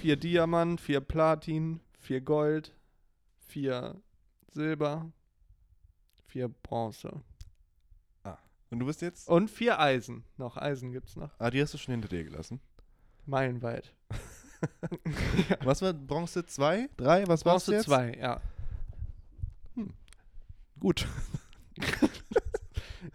vier Diamant, vier Platin, vier Gold, vier Silber, vier Bronze Und du bist jetzt. und vier Eisen. Noch Eisen gibt es noch, Ah, die hast du schon hinter dir gelassen. meilenweit. Was war Bronze 2? 3? Was war's Bronze jetzt? 2, ja, Gut.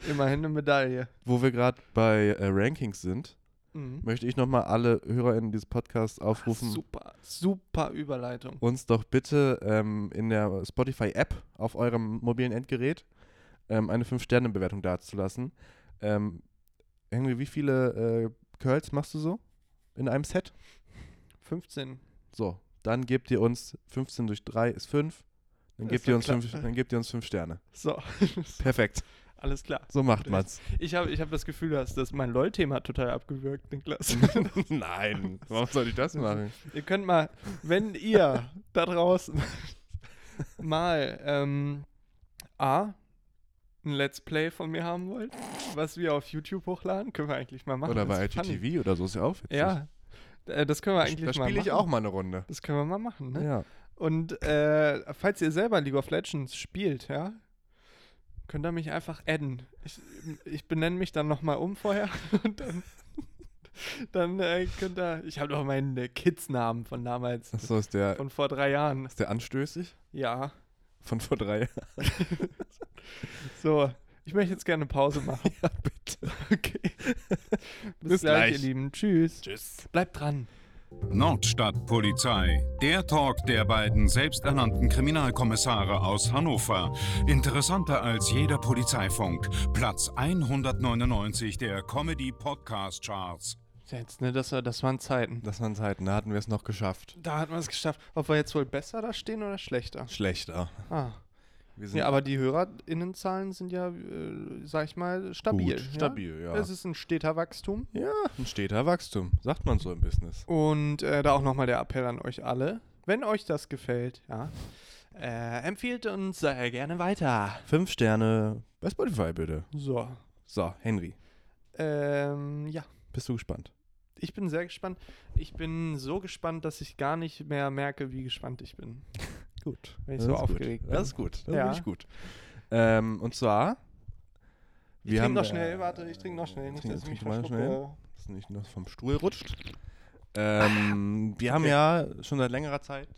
immerhin eine Medaille. Wo wir gerade bei äh, Rankings sind, Mhm. möchte ich nochmal alle HörerInnen dieses Podcasts Ah, aufrufen, Super, super Überleitung. uns doch bitte ähm, in der Spotify-App auf eurem mobilen Endgerät ähm, eine 5-Sterne-Bewertung dazulassen. Ähm, Henry, wie viele äh, Curls machst du so in einem Set? 15. So, dann gebt ihr uns 15 durch 3 ist 5. Dann Ist gebt, doch ihr uns klar. fünf, dann gebt ihr uns 5 Sterne. So, Perfekt. alles klar. So macht man's. Ich habe ich hab das Gefühl, dass das mein LOL-Thema total abgewürgt, Niklas. Mhm. Nein, warum soll ich das machen? ihr könnt mal, wenn ihr da draußen mal ähm, A, ein Let's Play von mir haben wollt, was wir auf YouTube hochladen, können wir eigentlich mal machen. Oder bei Das ist funny. IGTV oder so ist ja auch witzig. Ja, äh, das können wir da eigentlich da mal spiele ich machen. auch mal eine Runde. Das können wir mal machen, ne? Ja. Und äh, falls ihr selber League of Legends spielt, ja, könnt ihr mich einfach adden. Ich, ich benenne mich dann nochmal um vorher und dann, dann äh, könnt ihr. Ich habe doch meinen äh, Kids-Namen von damals, Achso, ist der, von vor drei Jahren. ist der anstößig? Ja, Von vor drei Jahren. so. Ich möchte jetzt gerne eine Pause machen. Ja, bitte. Okay. Bis, Bis gleich, gleich. ihr Lieben. Tschüss. Tschüss. Bleibt dran. Nordstadtpolizei, der Talk der beiden selbsternannten Kriminalkommissare aus Hannover. Interessanter als jeder Polizeifunk. Platz 199 der Comedy Podcast Charts. Jetzt, ne, das, war- das waren Zeiten. Das waren Zeiten, da hatten wir es noch geschafft. Da hat man es geschafft. Ob wir jetzt wohl besser da stehen oder schlechter? Schlechter. Ah. Wir sind Ja, aber die HörerInnenzahlen sind ja, äh, sag ich mal, stabil. Gut, ja? stabil, ja. Es ist ein steter Wachstum. ja, ein steter Wachstum, sagt man so im Business. Und äh, da auch nochmal der Appell an euch alle. Wenn euch das gefällt, ja, äh, empfiehlt uns äh, gerne weiter. Fünf Sterne bei Spotify bitte. So. So, Henry, Ähm, ja. bist du gespannt? Ich bin sehr gespannt. Ich bin so gespannt, dass ich gar nicht mehr merke, wie gespannt ich bin. Gut. Wenn ich so aufgeregt gut. bin. Das ist gut. Das Ja. ist wirklich gut. Ähm, und zwar. Ich wir trinke haben, noch äh, schnell, warte, ich trinke noch schnell. Nicht, trink- dass ich mich trink mal schnell. verschlucke. dass nicht noch vom Stuhl rutscht. Ah, Ähm, wir haben ja schon seit längerer Zeit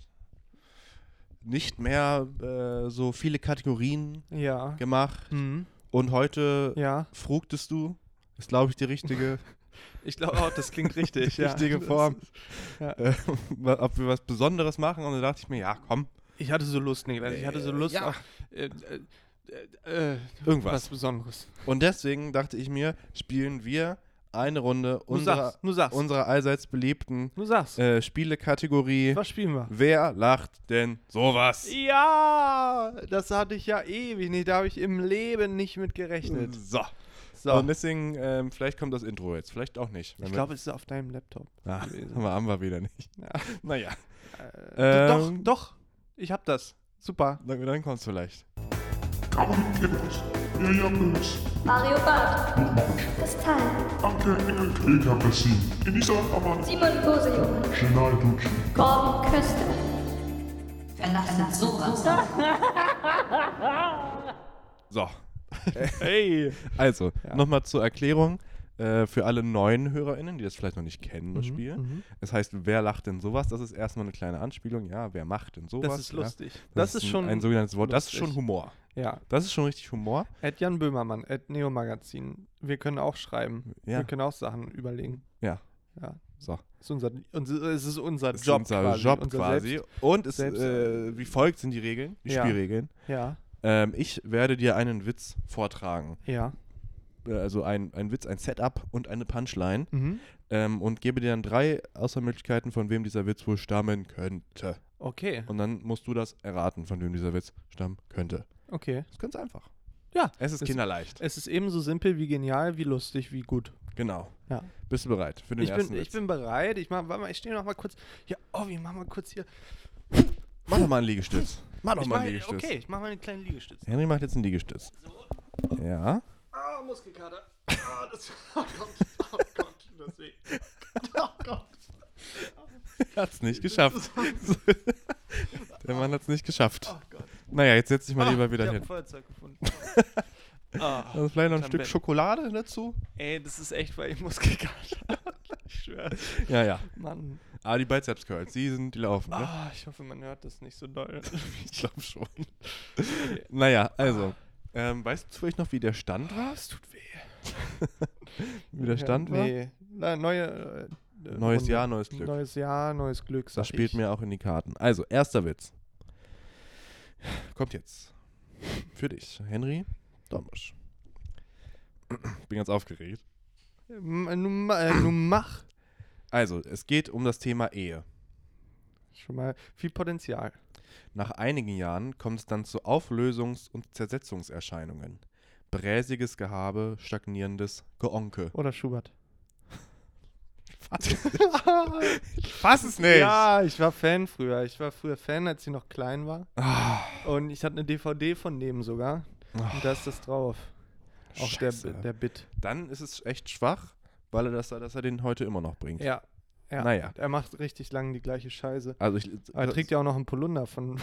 nicht mehr äh, so viele Kategorien Ja. gemacht. Mhm. Und heute Ja. frugtest du, ist glaube ich die richtige, Ich glaube auch, das klingt richtig. die ja. richtige Das- Form, ja. äh, ob wir was Besonderes machen. Und da dachte ich mir, ja komm, Ich hatte so Lust, Niklas. Ich hatte so Lust ja. auf äh, äh, äh, äh, Irgendwas. was Besonderes. Und deswegen dachte ich mir, spielen wir eine Runde Nur unserer, sag's, nur sag's. unserer allseits beliebten Du sagst, äh, Spielekategorie. was spielen wir? Wer lacht denn sowas? Ja, das hatte ich ja ewig. Nee, da habe ich im Leben nicht mit gerechnet. So. So. Und deswegen, ähm, vielleicht kommt das Intro jetzt, vielleicht auch nicht. ich glaube, es ist auf deinem Laptop. ah, haben wir wieder nicht. Ja. Naja, Äh, D- Ähm. Doch, doch. Ich hab das. Super. dann, dann kommt es vielleicht. Gaudi Kippers, Mirjam Bös, Mario Barth, Kristall, Anke Engel, Peter Bessin, Elisa Ammann, Simon Kosejunge, Genal Ducci. Torben Köster. Verlassen sowas. So, Hey. also, nochmal zur Erklärung äh, für alle neuen HörerInnen, die das vielleicht noch nicht kennen, Mhm, das Spiel. Es heißt, wer lacht denn sowas? Das ist erstmal eine kleine Anspielung. Ja, wer macht denn sowas? Das ist ja. lustig. Das, ist ein- schon. ein sogenanntes Wort. Das ist schon lustig. Humor. ja. Das ist schon richtig Humor. Ed Jan Böhmermann, Ed Neo Magazin. Wir können auch schreiben. Ja. Wir können auch Sachen überlegen. Ja. Ja. So. Ist unser, uns, es ist unser Das ist Job unser quasi. Job unser quasi. Selbst, Und es, selbst- äh, wie folgt sind die Regeln, die Ja. Spielregeln. ja, Ähm, ich werde dir einen Witz vortragen. ja. Äh, Also ein, ein Witz, ein Setup und eine Punchline. Mhm. Ähm, und gebe dir dann drei Auswahlmöglichkeiten, von wem dieser Witz wohl stammen könnte. Okay, Und dann musst du das erraten, von wem dieser Witz stammen könnte. okay. Das ist ganz einfach. Ja, Es ist es- kinderleicht. Es ist Äh, ebenso simpel wie genial, wie lustig, wie gut. Genau. Ja. Bist du bereit für den Ich ersten bin, Witz? ich bin bereit. Ich, mach, warte mal, ich stehe noch mal kurz. Ja, oh, wir machen mal kurz hier. mach doch mal einen Liegestütz. Mach doch ich mal mach, einen Liegestütz. okay, ich mache mal einen kleinen Liegestütz. Henry macht jetzt einen Liegestütz. Ja. Ah, Muskelkater. Ah, das, oh Gott, oh Gott, das weh. Oh Gott. Hat's nicht geschafft. Der Mann hat's nicht geschafft. Oh Naja, jetzt setz dich mal lieber wieder ich hin. Ich Feuerzeug gefunden. ah, Also vielleicht noch ein Stück Bett. Schokolade dazu. ey, das ist echt, weil ich Muskelkater habe. Ich schwöre. Ja, ja. Mann. Aber die Bizeps Curls, die sind, die laufen, ne? Ah, ich hoffe, man hört das nicht so doll. Ich glaube schon. Naja, also. Ähm, weißt du vielleicht noch, wie der Stand war? es Ah. tut weh. Wie der Stand war? Nee. Na, neue, äh, äh, Neues Jahr, neues Glück. Neues Jahr, neues Glück. sag Das spielt ich. mir auch in die Karten. Also, erster Witz. Kommt jetzt. Für dich, Henry Domisch. Bin ganz aufgeregt. M- äh, Nun ma- äh, nun mach. Also, es geht um das Thema Ehe. Schon mal viel Potenzial. Nach einigen Jahren kommt es dann zu Auflösungs- und Zersetzungserscheinungen. Bräsiges Gehabe, stagnierendes Geonke. Oder Schubert. Fass es nicht! Ja, ich war Fan früher. Ich war früher Fan, als sie noch klein war. Ah. Und ich hatte eine DVD von dem sogar. Und da ist das drauf. Auch der, Scheiße. der Bit. Dann ist es echt schwach, weil er das, dass er den heute immer noch bringt. Ja. ja. Naja. Er macht richtig lang die gleiche Scheiße. Also ich, Aber er trägt ja auch noch einen Polunder von.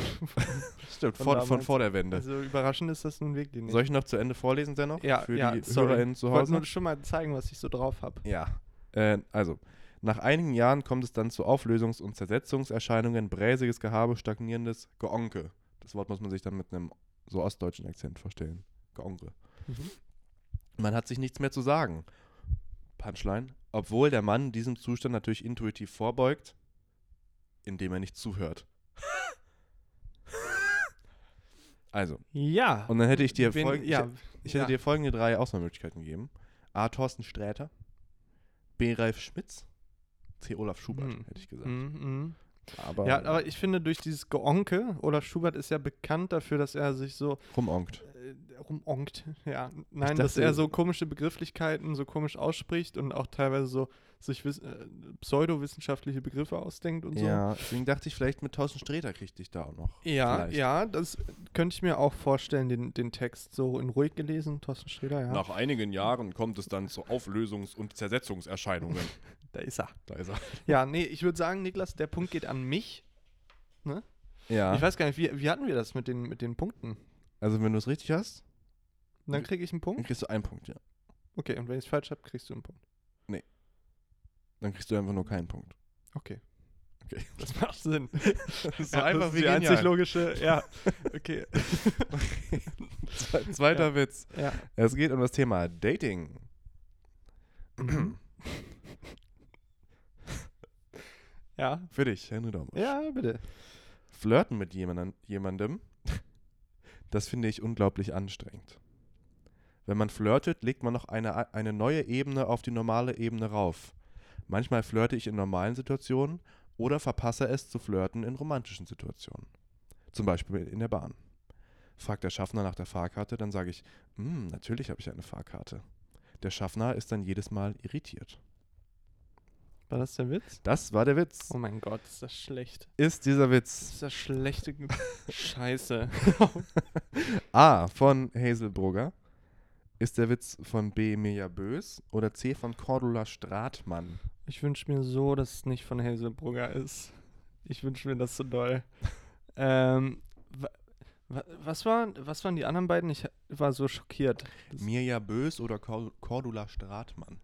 stimmt, von, von von, damals. vor der Wende. also überraschend ist das nun wirklich nicht. Soll ich noch zu Ende vorlesen, dennoch? Ja, Für ja, die sorry. HörerInnen zu Ich wollte Hause? nur schon mal zeigen, was ich so drauf habe. Ja. Äh, also, nach einigen Jahren kommt es dann zu Auflösungs- und Zersetzungserscheinungen, bräsiges Gehabe, stagnierendes Geonke. Das Wort muss man sich dann mit einem so ostdeutschen Akzent verstehen. Geonke. Mhm. Man hat sich nichts mehr zu sagen. Punchline. Obwohl der Mann diesem Zustand natürlich intuitiv vorbeugt, indem er nicht zuhört. also, Ja. und dann hätte ich dir, Wen- folgen, ja, ich, ich hätte ja. dir folgende drei Auswahlmöglichkeiten gegeben. A. Thorsten Sträter, B. Ralf Schmitz, C. Olaf Schubert, Hm. hätte ich gesagt. Mhm, mhm. Aber, Ja, aber ich finde, durch dieses Geonke, Olaf Schubert ist ja bekannt dafür, dass er sich so rumonkt. äh, rumonkt. Ja, nein, dachte- dass er so komische Begrifflichkeiten so komisch ausspricht und auch teilweise so sich wiss- äh, pseudowissenschaftliche Begriffe ausdenkt und so. Ja, deswegen dachte ich, vielleicht mit Thorsten Sträter kriegte ich da auch noch. Ja, vielleicht. ja, das könnte ich mir auch vorstellen, den, den Text so in ruhig gelesen, Thorsten Schröder, ja. Nach einigen Jahren kommt es dann zu Auflösungs- und Zersetzungserscheinungen. Da ist er. da ist er. Ja, nee, ich würde sagen, Niklas, der Punkt geht an mich. Ja, Ich weiß gar nicht, wie, wie hatten wir das mit den, mit den Punkten? also wenn du es richtig hast, Und dann kriege ich einen dann Punkt? kriegst du einen Punkt, ja. Okay, und wenn ich es falsch habe, kriegst du einen Punkt. Dann kriegst du einfach nur keinen Punkt. Okay. Okay. Das macht Sinn. Das ist Ja, das ist die einzig logische, ja. Okay. Zweiter Witz. Ja. Es geht um das Thema Dating. Ja. Für dich, Henry Dormus. Ja, bitte. Flirten mit jemandem, jemandem, das finde ich unglaublich anstrengend. Wenn man flirtet, legt man noch eine, eine neue Ebene auf die normale Ebene rauf. Manchmal flirte ich in normalen Situationen oder verpasse es zu flirten in romantischen Situationen. Zum Beispiel in der Bahn. Fragt der Schaffner nach der Fahrkarte, dann sage ich, "Hm, natürlich habe ich eine Fahrkarte. Der Schaffner ist dann jedes Mal irritiert. War das der Witz? Das war der Witz. Oh mein Gott, ist das schlecht. Ist dieser Witz Ist das schlechte Scheiße. A von Hazelbrugger. Ist der Witz von B. Mirja Bös oder C. von Cordula Stratmann? Ich wünsche mir so, dass es nicht von Hazelbrugger ist. Ich wünsche mir das so doll. ähm, wa, wa, was, waren, was waren die anderen beiden? Ich war so schockiert. Das- Mirja Bös oder Cor Cordula Stratmann?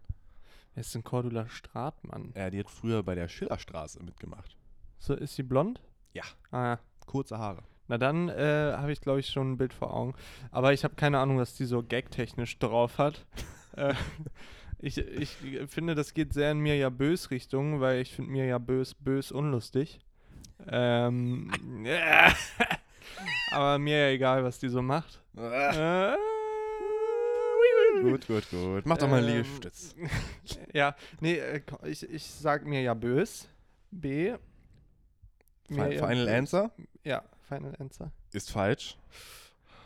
Wer ist denn Cordula Stratmann? Äh, die hat früher bei der Schillerstraße mitgemacht. So, ist sie blond? Ja. Ah ja. Kurze Haare. Na dann äh, habe ich, glaube ich, schon ein Bild vor Augen. Aber ich habe keine Ahnung, was die so gagtechnisch drauf hat. Äh, ich, ich finde, das geht sehr in Mirja Bös Richtung, weil ich finde Mirja Bös bös unlustig. Ähm, aber mir ja egal, was die so macht. Äh, gut, gut, gut. Mach doch mal einen Ähm, Liegestütz. Ja, nee, äh, ich, ich sag Mirja Bös. B. Fi- Mirja Final Bös. Answer Ja, Final Answer. ist falsch.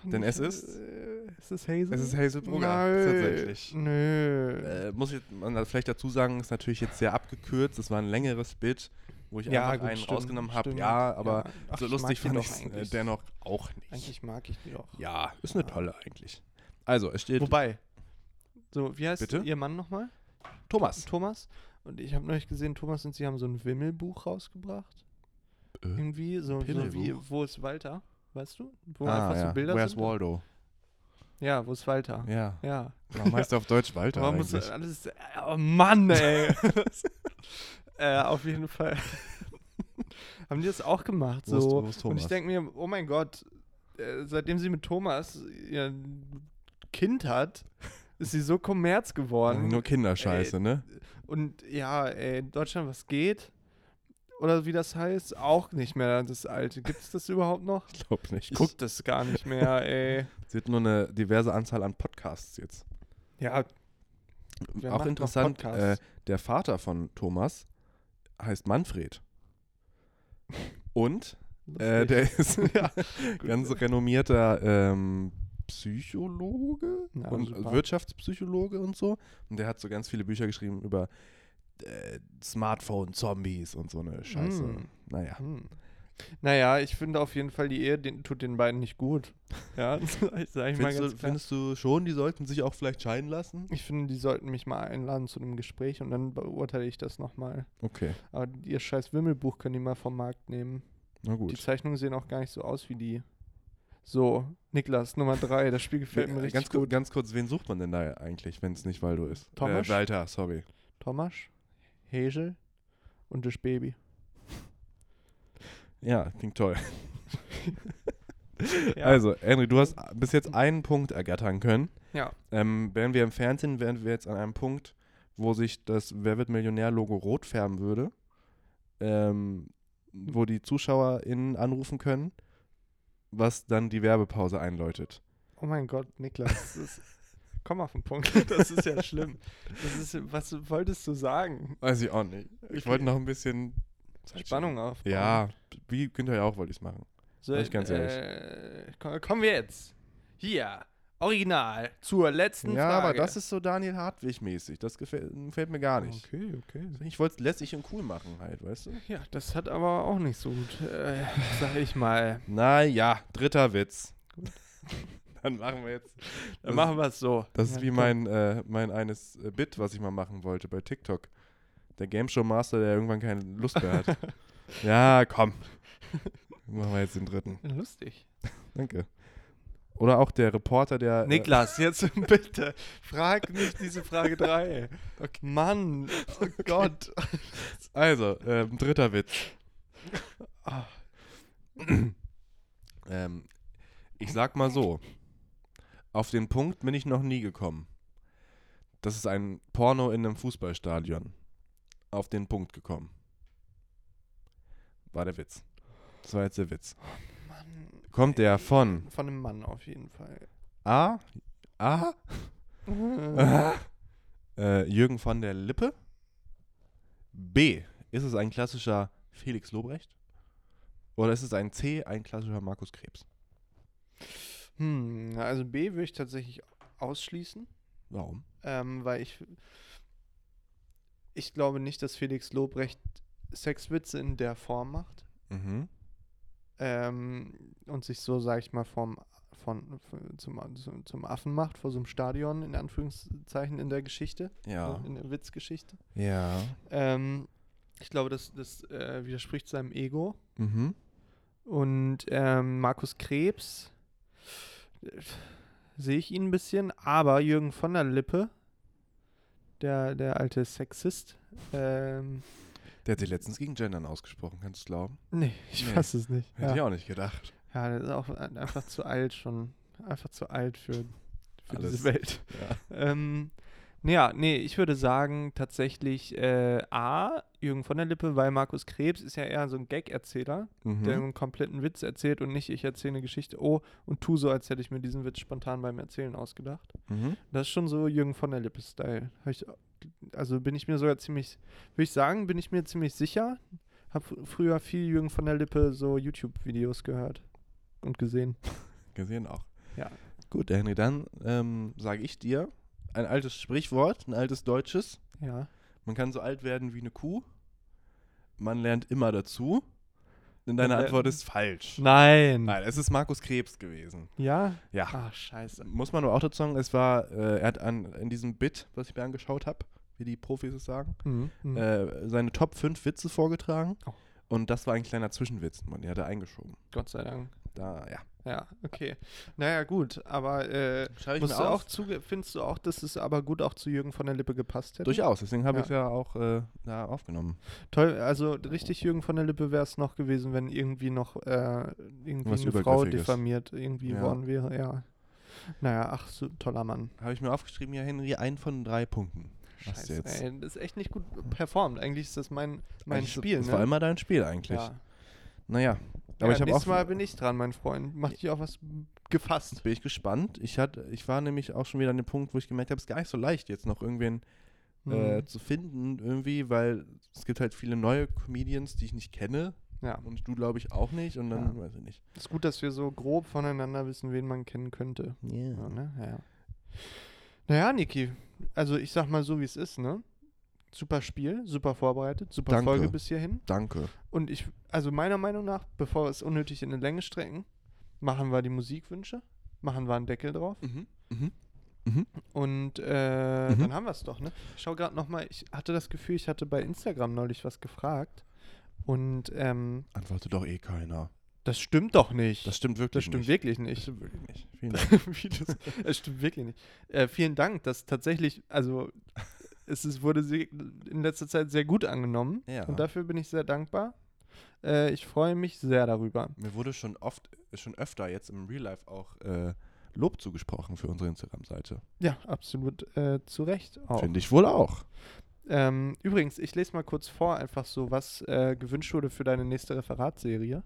Denn es ist- Äh, Es ist Hazel. Es ist Hazelbrugger. Nein. Tatsächlich. Nö. Äh, muss ich man da vielleicht dazu sagen, ist natürlich jetzt sehr abgekürzt. Es war ein längeres Bit, wo ich einfach einen stimmt, rausgenommen habe. stimmt. Ja, aber Ach, so ich lustig mag die fand doch ich es eigentlich. dennoch auch nicht. Eigentlich mag ich die doch. Ja, ist eine tolle eigentlich. Also, es steht Wobei, so, wie heißt Bitte? ihr Mann nochmal? Thomas. Thomas. Und ich habe neulich gesehen, Thomas und sie haben so ein Wimmelbuch rausgebracht. Äh, Irgendwie, so, so wie Wimmelbuch? Wo ist Walter? Weißt du? Wo Ah, einfach ja. so Bilder Where's sind. Waldo? Ja, wo ist Walter? Ja. Ja. Warum heißt er auf Deutsch Walter Warum muss eigentlich? alles. Oh Mann, ey. äh, auf jeden Fall. Haben die das auch gemacht? Wo ist- so. wo ist Und ich Thomas? denke mir, oh mein Gott, äh, seitdem sie mit Thomas ihr Kind hat, ist sie so kommerz geworden. Nur äh, Kinderscheiße, ne? Und ja, ey, in Deutschland, was geht? Oder wie das heißt, auch nicht mehr das alte. Gibt es das überhaupt noch? Ich glaub nicht. Ich Guck, guck das gar nicht mehr, ey. sie hat nur eine diverse Anzahl an Podcasts jetzt. Ja, Wer macht Auch noch interessant, äh, Podcasts? der Vater von Thomas heißt Manfred. Und äh, der ist ja, ganz renommierter ähm, Psychologe Ja, und super. Wirtschaftspsychologe und so. Und der hat so ganz viele Bücher geschrieben über äh, Smartphone-Zombies und so eine Scheiße. Mm. Naja. Hm. Naja, ich finde auf jeden Fall, die Ehe den, tut den beiden nicht gut. Ja, das sag ich mal Findest ganz du, klar. findest du schon, die sollten sich auch vielleicht scheiden lassen? Ich finde, die sollten mich mal einladen zu einem Gespräch und dann beurteile ich das nochmal. Okay, Aber ihr scheiß Wimmelbuch können die mal vom Markt nehmen. na Die gut. Zeichnungen sehen auch gar nicht so aus wie die. So, Niklas, Nummer drei, das Spiel gefällt mir Wer- richtig Äh, Ganz, gut. kur- ganz kurz, wen sucht man denn da eigentlich, wenn es nicht Waldo ist? Thomas? Äh, Walter, sorry. Thomas, Hazel und das Baby. Ja, klingt toll. Ja. Also, Henry, du hast bis jetzt einen Punkt ergattern können. Ja. Ähm, wären wir im Fernsehen, wären wir jetzt an einem Punkt, wo sich das Wer wird Millionär-Logo rot färben würde. Ähm, wo die ZuschauerInnen anrufen können, was dann die Werbepause einläutet. Oh mein Gott, Niklas, das ist, komm auf den Punkt. Das ist ja schlimm. Das ist, was wolltest du sagen? Weiß ich auch nicht. Ich wollte noch ein bisschen Spannung aufbauen. Ja, wie Günther auch wollte ich es machen. so, sag ich ganz ehrlich. äh, komm- Kommen wir jetzt. Hier, original, zur letzten Ja, Frage. aber das ist so Daniel Hartwig-mäßig. Das gefällt, gefällt mir gar nicht. Okay, okay. Ich wollte es lässig und cool machen halt, weißt du? Ja, das hat aber auch nicht so gut, äh, sag ich mal. Naja, dritter Witz. Dann machen wir jetzt. Dann machen wir es so. Das Ja, ist wie komm. mein, äh, mein eines äh, Bit, was ich mal machen wollte bei TikTok. Der Game Show Master, der irgendwann keine Lust mehr hat. ja, komm. Machen wir jetzt den dritten. Lustig. Danke. Oder auch der Reporter, der. Niklas, jetzt bitte, frag nicht diese Frage 3. Mann, oh Gott. Äh, also, ähm, dritter Witz. Ah. ähm, ich sag mal so: Auf den Punkt bin ich noch nie gekommen. Das ist ein Porno in einem Fußballstadion. Auf den Punkt gekommen. War der Witz. Das war jetzt der Witz. Kommt der von Von einem Mann auf jeden Fall. A. A. Äh, Jürgen von der Lippe. B. Ist es ein klassischer Felix Lobrecht? Oder ist es ein C, ein klassischer Markus Krebs? Hm, also B würde ich tatsächlich ausschließen, Warum? ähm, weil ich ich glaube nicht, dass Felix Lobrecht Sexwitze in der Form macht Mhm. ähm, und sich so, sag ich mal, vom, von, von, zum, zum, zum Affen macht, vor so einem Stadion, in Anführungszeichen, in der Geschichte, Ja. also in der Witzgeschichte. Ja. Ähm, ich glaube, das, das äh, widerspricht seinem Ego. Mhm. Und ähm, Markus Krebs äh, sehe ich ihn ein bisschen, aber Jürgen von der Lippe, der, der alte Sexist, ähm, Der hat sich letztens gegen Gendern ausgesprochen, kannst du glauben? nee, ich Nee. weiß es nicht. Hätte ich Ja. auch nicht gedacht. ja, der ist auch ein- einfach zu alt schon. Einfach zu alt für, für Alles. diese Welt. Ja. Ähm, naja, nee, ich würde sagen tatsächlich äh, A, Jürgen von der Lippe, weil Markus Krebs ist ja eher so ein Gag-Erzähler. der Mhm. einen kompletten Witz erzählt und nicht ich erzähle eine Geschichte, oh, und tu so, als hätte ich mir diesen Witz spontan beim Erzählen ausgedacht. Mhm. Das ist schon so Jürgen von der Lippe-Style. Hab ich- Also bin ich mir sogar ziemlich, würde ich sagen, bin ich mir ziemlich sicher. Hab fr- früher viel Jürgen von der Lippe so YouTube-Videos gehört und gesehen. Gesehen auch. Ja. Gut, Henry, dann ähm, sage ich dir ein altes Sprichwort, ein altes deutsches. Ja. Man kann so alt werden wie eine Kuh. Man lernt immer dazu. Denn deine Man lernt- Antwort ist falsch. Nein. Nein, es ist Markus Krebs gewesen. Ja? Ja. Ach, scheiße. Muss man nur auch dazu sagen, es war, äh, er hat an, in diesem Bit, was ich mir angeschaut habe, wie die Profis es sagen, Mhm. Mhm. äh, seine Top 5 Witze vorgetragen. Oh. Und das war ein kleiner Zwischenwitz, man, den hat er eingeschoben. Gott sei Dank. Da, ja. Ja, okay. Naja, gut, aber äh, Schreib ich musst mir du auf. auch zuge findest du auch, dass es aber gut auch zu Jürgen von der Lippe gepasst hätte? Durchaus, deswegen habe Ja. ich es ja auch äh, da aufgenommen. Toll, also richtig Jürgen von der Lippe wäre es noch gewesen, wenn irgendwie noch äh, irgendwie Was eine Frau Übergriffiges. diffamiert irgendwie Ja. worden wäre, ja. Naja, ach, so toller Mann. Habe ich mir aufgeschrieben, ja, Henry, einen von drei Punkten. Hast du Scheiße, ey, das ist echt nicht gut performt. Eigentlich ist das mein, mein Eigentlich, Spiel, Das ne? war immer dein Spiel eigentlich. ja. Naja, aber Aber ja, ich habe auch. nächstes Mal bin ich dran, mein Freund. Mach dich auch was gefasst. Bin ich gespannt. Ich, hatte, ich war nämlich auch schon wieder an dem Punkt, wo ich gemerkt habe, es ist gar nicht so leicht, jetzt noch irgendwen äh, Hm, zu finden, irgendwie, weil es gibt halt viele neue Comedians, die ich nicht kenne ja, und du, glaube ich, auch nicht und dann Ja. weiß ich nicht. ist gut, dass wir so grob voneinander wissen, wen man kennen könnte. Ja, ne? ja. Naja, Niki, also ich sag mal so, wie es ist, ne? Super Spiel, super vorbereitet, super Danke. Folge bis hierhin. Danke. Und ich, also meiner Meinung nach, bevor wir es unnötig in eine Länge strecken, machen wir die Musikwünsche, machen wir einen Deckel drauf mhm. und äh, Mhm. dann haben wir es doch, ne? Ich schau gerade nochmal, ich hatte das Gefühl, ich hatte bei Instagram neulich was gefragt und ähm, Antwortet doch eh keiner. das stimmt doch nicht. Das stimmt wirklich Das stimmt nicht. wirklich nicht. stimmt wirklich nicht. Vielen Dank. Wie das, das stimmt wirklich nicht. Äh, vielen Dank, das tatsächlich, also es ist, wurde se- in letzter Zeit sehr gut angenommen Ja. und dafür bin ich sehr dankbar. Äh, ich freue mich sehr darüber. Mir wurde schon oft, schon öfter jetzt im Real Life auch äh, Lob zugesprochen für unsere Instagram-Seite. Ja, absolut äh, zu Recht auch. Finde ich wohl auch. Ähm, übrigens, ich lese mal kurz vor, einfach so, was äh, gewünscht wurde für deine nächste Referatserie.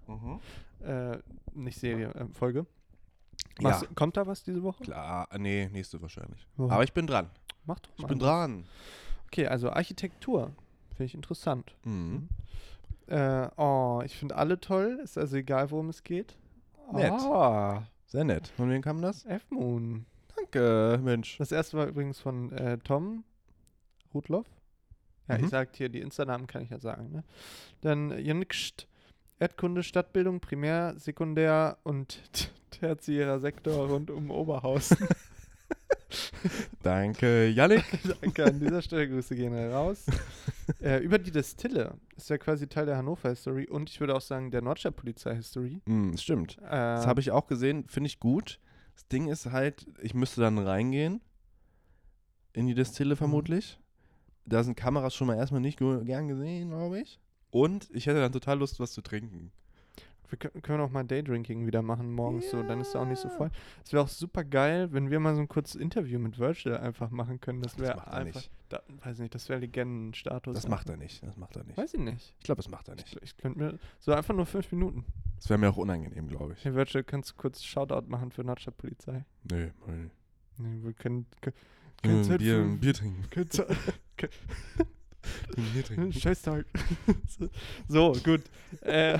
Äh, nicht Serie, ähm, Folge. Ja. Machst- Kommt da was Mhm. diese Woche? Klar, Ah, nee, nächste wahrscheinlich. Ja. Aber ich bin dran. Mach doch mal. Ich bin dran. Okay, also Architektur. Finde ich interessant. Mhm. Äh, oh, ich finde alle toll. Ist also egal, worum es geht. Nett. Ah, Sehr nett. Von wem kam das? F-Moon. Danke, Mensch. Das erste war übrigens von äh, Tom Rudloff. Ja, Mhm. ich sag hier, die Insta-Namen kann ich ja sagen. Ne? Dann Janikst, Erdkunde, Stadtbildung, Primär, Sekundär und tertiärer Sektor rund um Oberhausen. Danke, Yannick. Danke, an dieser Stelle Grüße gehen raus. äh, über die Destille ist ja quasi Teil der Hannover History und ich würde auch sagen der Ähm, Nordstadt Polizei History. mhm, stimmt. Das habe ich auch gesehen, finde ich gut. Das Ding ist halt, ich müsste dann reingehen. In die Destille vermutlich. Da sind Kameras schon mal erstmal nicht ge- gern gesehen, glaube ich. Und ich hätte dann total Lust, was zu trinken. Wir kö- können auch mal Daydrinking wieder machen morgens so, dann ist er auch nicht so voll. Es wäre auch super geil, wenn wir mal so ein kurzes Interview mit Virgil einfach machen können. Das das wäre macht er einfach, nicht. da, weiß nicht, das wäre Legendenstatus. Das macht er nicht. Das macht er nicht. Weiß ich nicht. Ich glaube, das macht er Ich, nicht. ich könnte mir, so einfach nur fünf Minuten. Das wäre mir auch unangenehm, glaube ich. Hey Virgil, kannst du kurz Shoutout machen für Nordstadt Polizei? Nee, nee. Nee, wir können, halt können, Können können wir ein Zeit Bier, ein für, Bier trinken? keine Zeit- Können wir ein Bier trinken? Scheißtag. Hm, so, gut. Äh,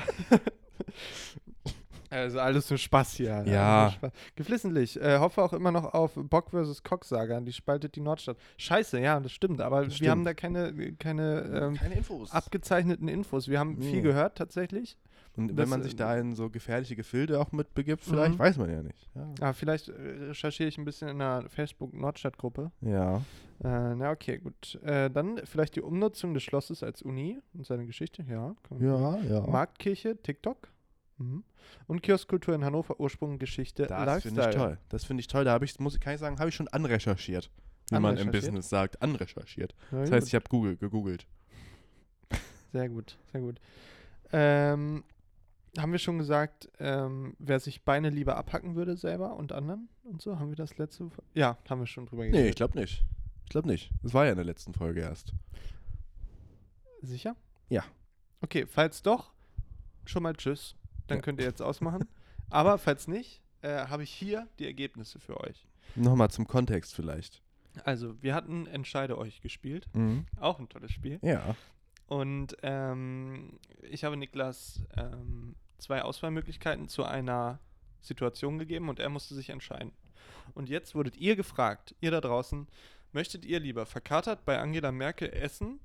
also alles nur Spaß hier. alles Ja. nur Spaß. Geflissentlich. Äh, hoffe auch immer noch auf Bock versus Cocksaga. Die spaltet die Nordstadt. Scheiße, ja, das stimmt. Aber wir stimmt. haben da keine, keine ähm, Keine Infos. abgezeichneten Infos. Wir haben Nee. viel gehört tatsächlich. Und wenn Das, man äh, sich da in so gefährliche Gefilde auch mitbegibt, vielleicht Mhm. weiß man ja nicht. Ja. Ah, vielleicht äh, recherchiere ich ein bisschen in der Facebook-Nordstadt-Gruppe. ja. Äh, na, okay, gut. Äh, dann vielleicht die Umnutzung des Schlosses als Uni und seine Geschichte. Ja, kann man Ja, ja. Marktkirche, TikTok. Mhm. Und Kioskkultur in Hannover, Ursprung, Geschichte, das Lifestyle. finde ich toll. äh, Das finde ich toll. Da habe ich, muss ich- kann ich sagen, habe ich schon anrecherchiert. Wie man im Anrecherchiert? Business sagt, anrecherchiert. Na Das gut, heißt, ich habe Google gegoogelt. sehr gut, sehr gut. Ähm, haben wir schon gesagt, ähm, wer sich Beine lieber abhacken würde selber und anderen und so? Haben wir das letzte? Ja, haben wir schon drüber Nee, geredet. ich glaube nicht. Ich glaube nicht. Das war ja in der letzten Folge erst. Sicher? Ja. Okay, falls doch, schon mal Tschüss. Dann Ja. könnt ihr jetzt ausmachen. Aber falls nicht, äh, habe ich hier die Ergebnisse für euch. Nochmal zum Kontext vielleicht. Also, wir hatten Entscheide euch gespielt. Auch ein tolles Spiel. Ja. Und ähm, ich habe Niklas ähm, zwei Auswahlmöglichkeiten zu einer Situation gegeben und er musste sich entscheiden. Und jetzt wurdet ihr gefragt, ihr da draußen, möchtet ihr lieber verkatert bei Angela Merkel essen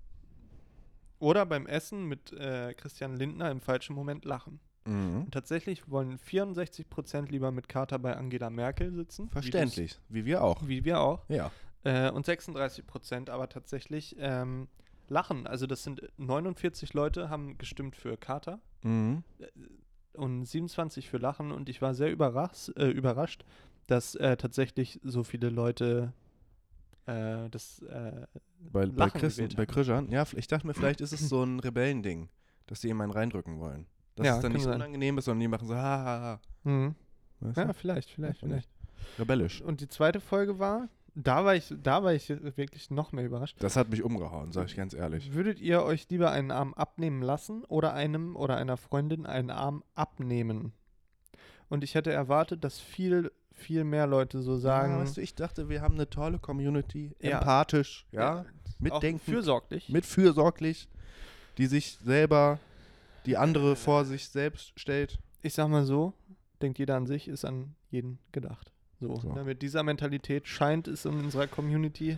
oder beim Essen mit äh, Christian Lindner im falschen Moment lachen? Mhm. Und tatsächlich wollen 64% lieber mit Kater bei Angela Merkel sitzen. wie du's- Verständlich. Wie wir auch. Wie wir auch. Ja. Äh, und 36 Prozent aber tatsächlich ähm, lachen. Also das sind 49 Leute haben gestimmt für Kater Mhm. und 27 für Lachen. Und ich war sehr überras äh, überrascht, dass äh, tatsächlich so viele Leute äh, das äh, Bei, bei, Lachen Christen, gewählt bei haben. Krischan, ja, ich dachte mir, vielleicht ist es so ein Rebellending, dass sie jemanden reindrücken wollen. Dass Ja, es dann kann nicht so sein. unangenehm ist, sondern die machen so, ha, ha, ha. Weißt Mhm. Ja, du? vielleicht, Weiß vielleicht, man vielleicht. Rebellisch. Und die zweite Folge war, da war ich, da war ich wirklich noch mehr überrascht. Das hat mich umgehauen, sag ich ganz ehrlich. Würdet ihr euch lieber einen Arm abnehmen lassen oder einem oder einer Freundin einen Arm abnehmen? Und ich hätte erwartet, dass viel, viel mehr Leute so ja, sagen, weißt du, ich dachte, wir haben eine tolle Community, Ja. empathisch, ja, Ja, auch mitdenkend, fürsorglich. mitfürsorglich, die sich selber, die andere vor sich selbst stellt. ich sag mal so, denkt jeder an sich, ist an jeden gedacht. So, So. Ne, mit dieser Mentalität scheint es in unserer Community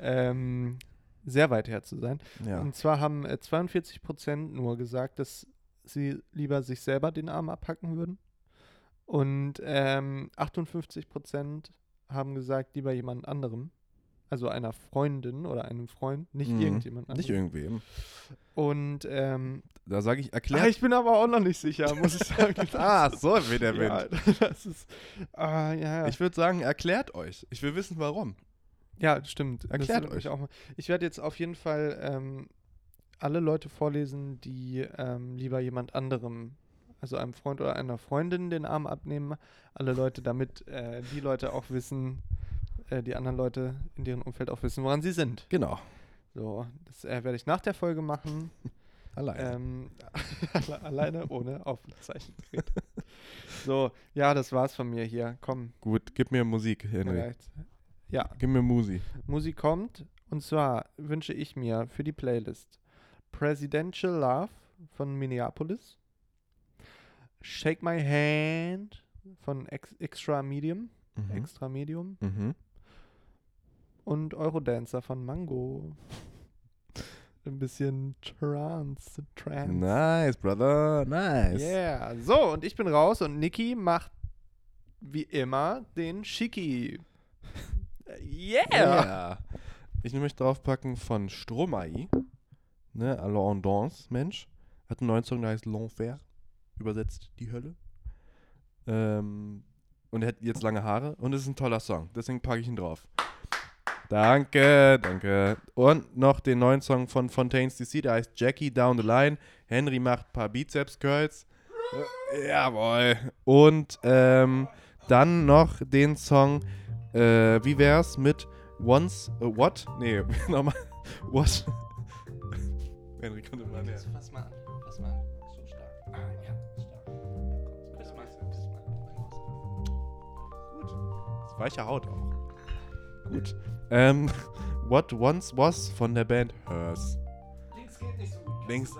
ähm, sehr weit her zu sein. Ja. Und zwar haben äh, 42 Prozent nur gesagt, dass sie lieber sich selber den Arm abhacken würden. Und ähm, 58 Prozent haben gesagt, lieber jemand anderem. Also einer Freundin oder einem Freund, nicht Mhm. irgendjemand anderem. Nicht irgendwem. Und ähm, Da sage ich, ah, erklärt. ich bin aber auch noch nicht sicher, muss ich sagen. Ah, so wie der ja, Wind. das ist, ah, ja, ja. Ich würde sagen, erklärt euch. Ich will wissen, warum. Ja, stimmt. Das Erklärt würde mich euch. Auch mal. Ich werde jetzt auf jeden Fall ähm, alle Leute vorlesen, die ähm, lieber jemand anderem, also einem Freund oder einer Freundin, den Arm abnehmen. Alle Leute, damit äh, die Leute auch wissen, äh, die anderen Leute in deren Umfeld auch wissen, woran sie sind. Genau. So, das äh, werde ich nach der Folge machen. Allein. Ähm, alle- alleine ohne Aufzeichengerät. so, ja, das war's von mir hier. Komm, Gut, gib mir Musik, Henry. vielleicht. Ja, Gib mir Musi. Musik kommt. Und zwar wünsche ich mir für die Playlist Presidential Love von Minneapolis, Shake My Hand von Ex Extra Medium, Mhm. Extra Medium Mhm. und Eurodancer von Mango. Ein bisschen Trance, Trance. Nice, brother. Nice. Yeah. So, und ich bin raus und Niki macht wie immer den Schicki. Yeah. Ja. Ich nehme mich draufpacken von Stromae. Ne, Alors en Danse, Mensch. Hat einen neuen Song, der heißt L'Enfer. Übersetzt die Hölle. Ähm, und er hat jetzt lange Haare und es ist ein toller Song. Deswegen packe ich ihn drauf. Danke, danke. Und noch den neuen Song von Fontaines DC, der heißt Jackie Down the Line. Henry macht ein paar Bizeps-Curls. Äh, Jawohl. Und ähm, dann noch den Song, äh, wie wär's mit Once, äh, what? Nee, nochmal. What? Henry, konnte mal näher. Fass mal an. Fass mal an. So stark. Ah, ja. Stark. Küss mal. Küss mal. Das ist Weiche Haut auch. Gut. Ähm, What Once Was von der Band Hers. Links geht nicht so gut. Links,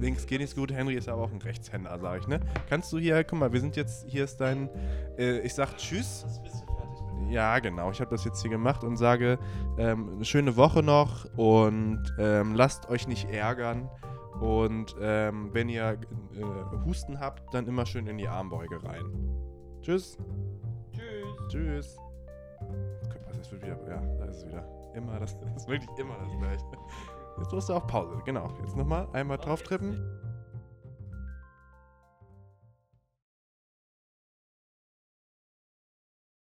links geht nicht so gut, Henry ist aber auch ein Rechtshänder, sag ich, ne? Kannst du hier, guck mal, wir sind jetzt, hier ist dein, äh, ich sag Tschüss. Ja, genau, ich habe das jetzt hier gemacht und sage, ähm, eine schöne Woche noch und ähm, lasst euch nicht ärgern. Und ähm, wenn ihr äh, Husten habt, dann immer schön in die Armbeuge rein. Tschüss. Tschüss. Tschüss. Was ist wieder? Ja, da ist es wieder. Immer das, das ist wirklich immer das gleiche. Jetzt musst du auf Pause, genau. Jetzt nochmal einmal drauf trippen.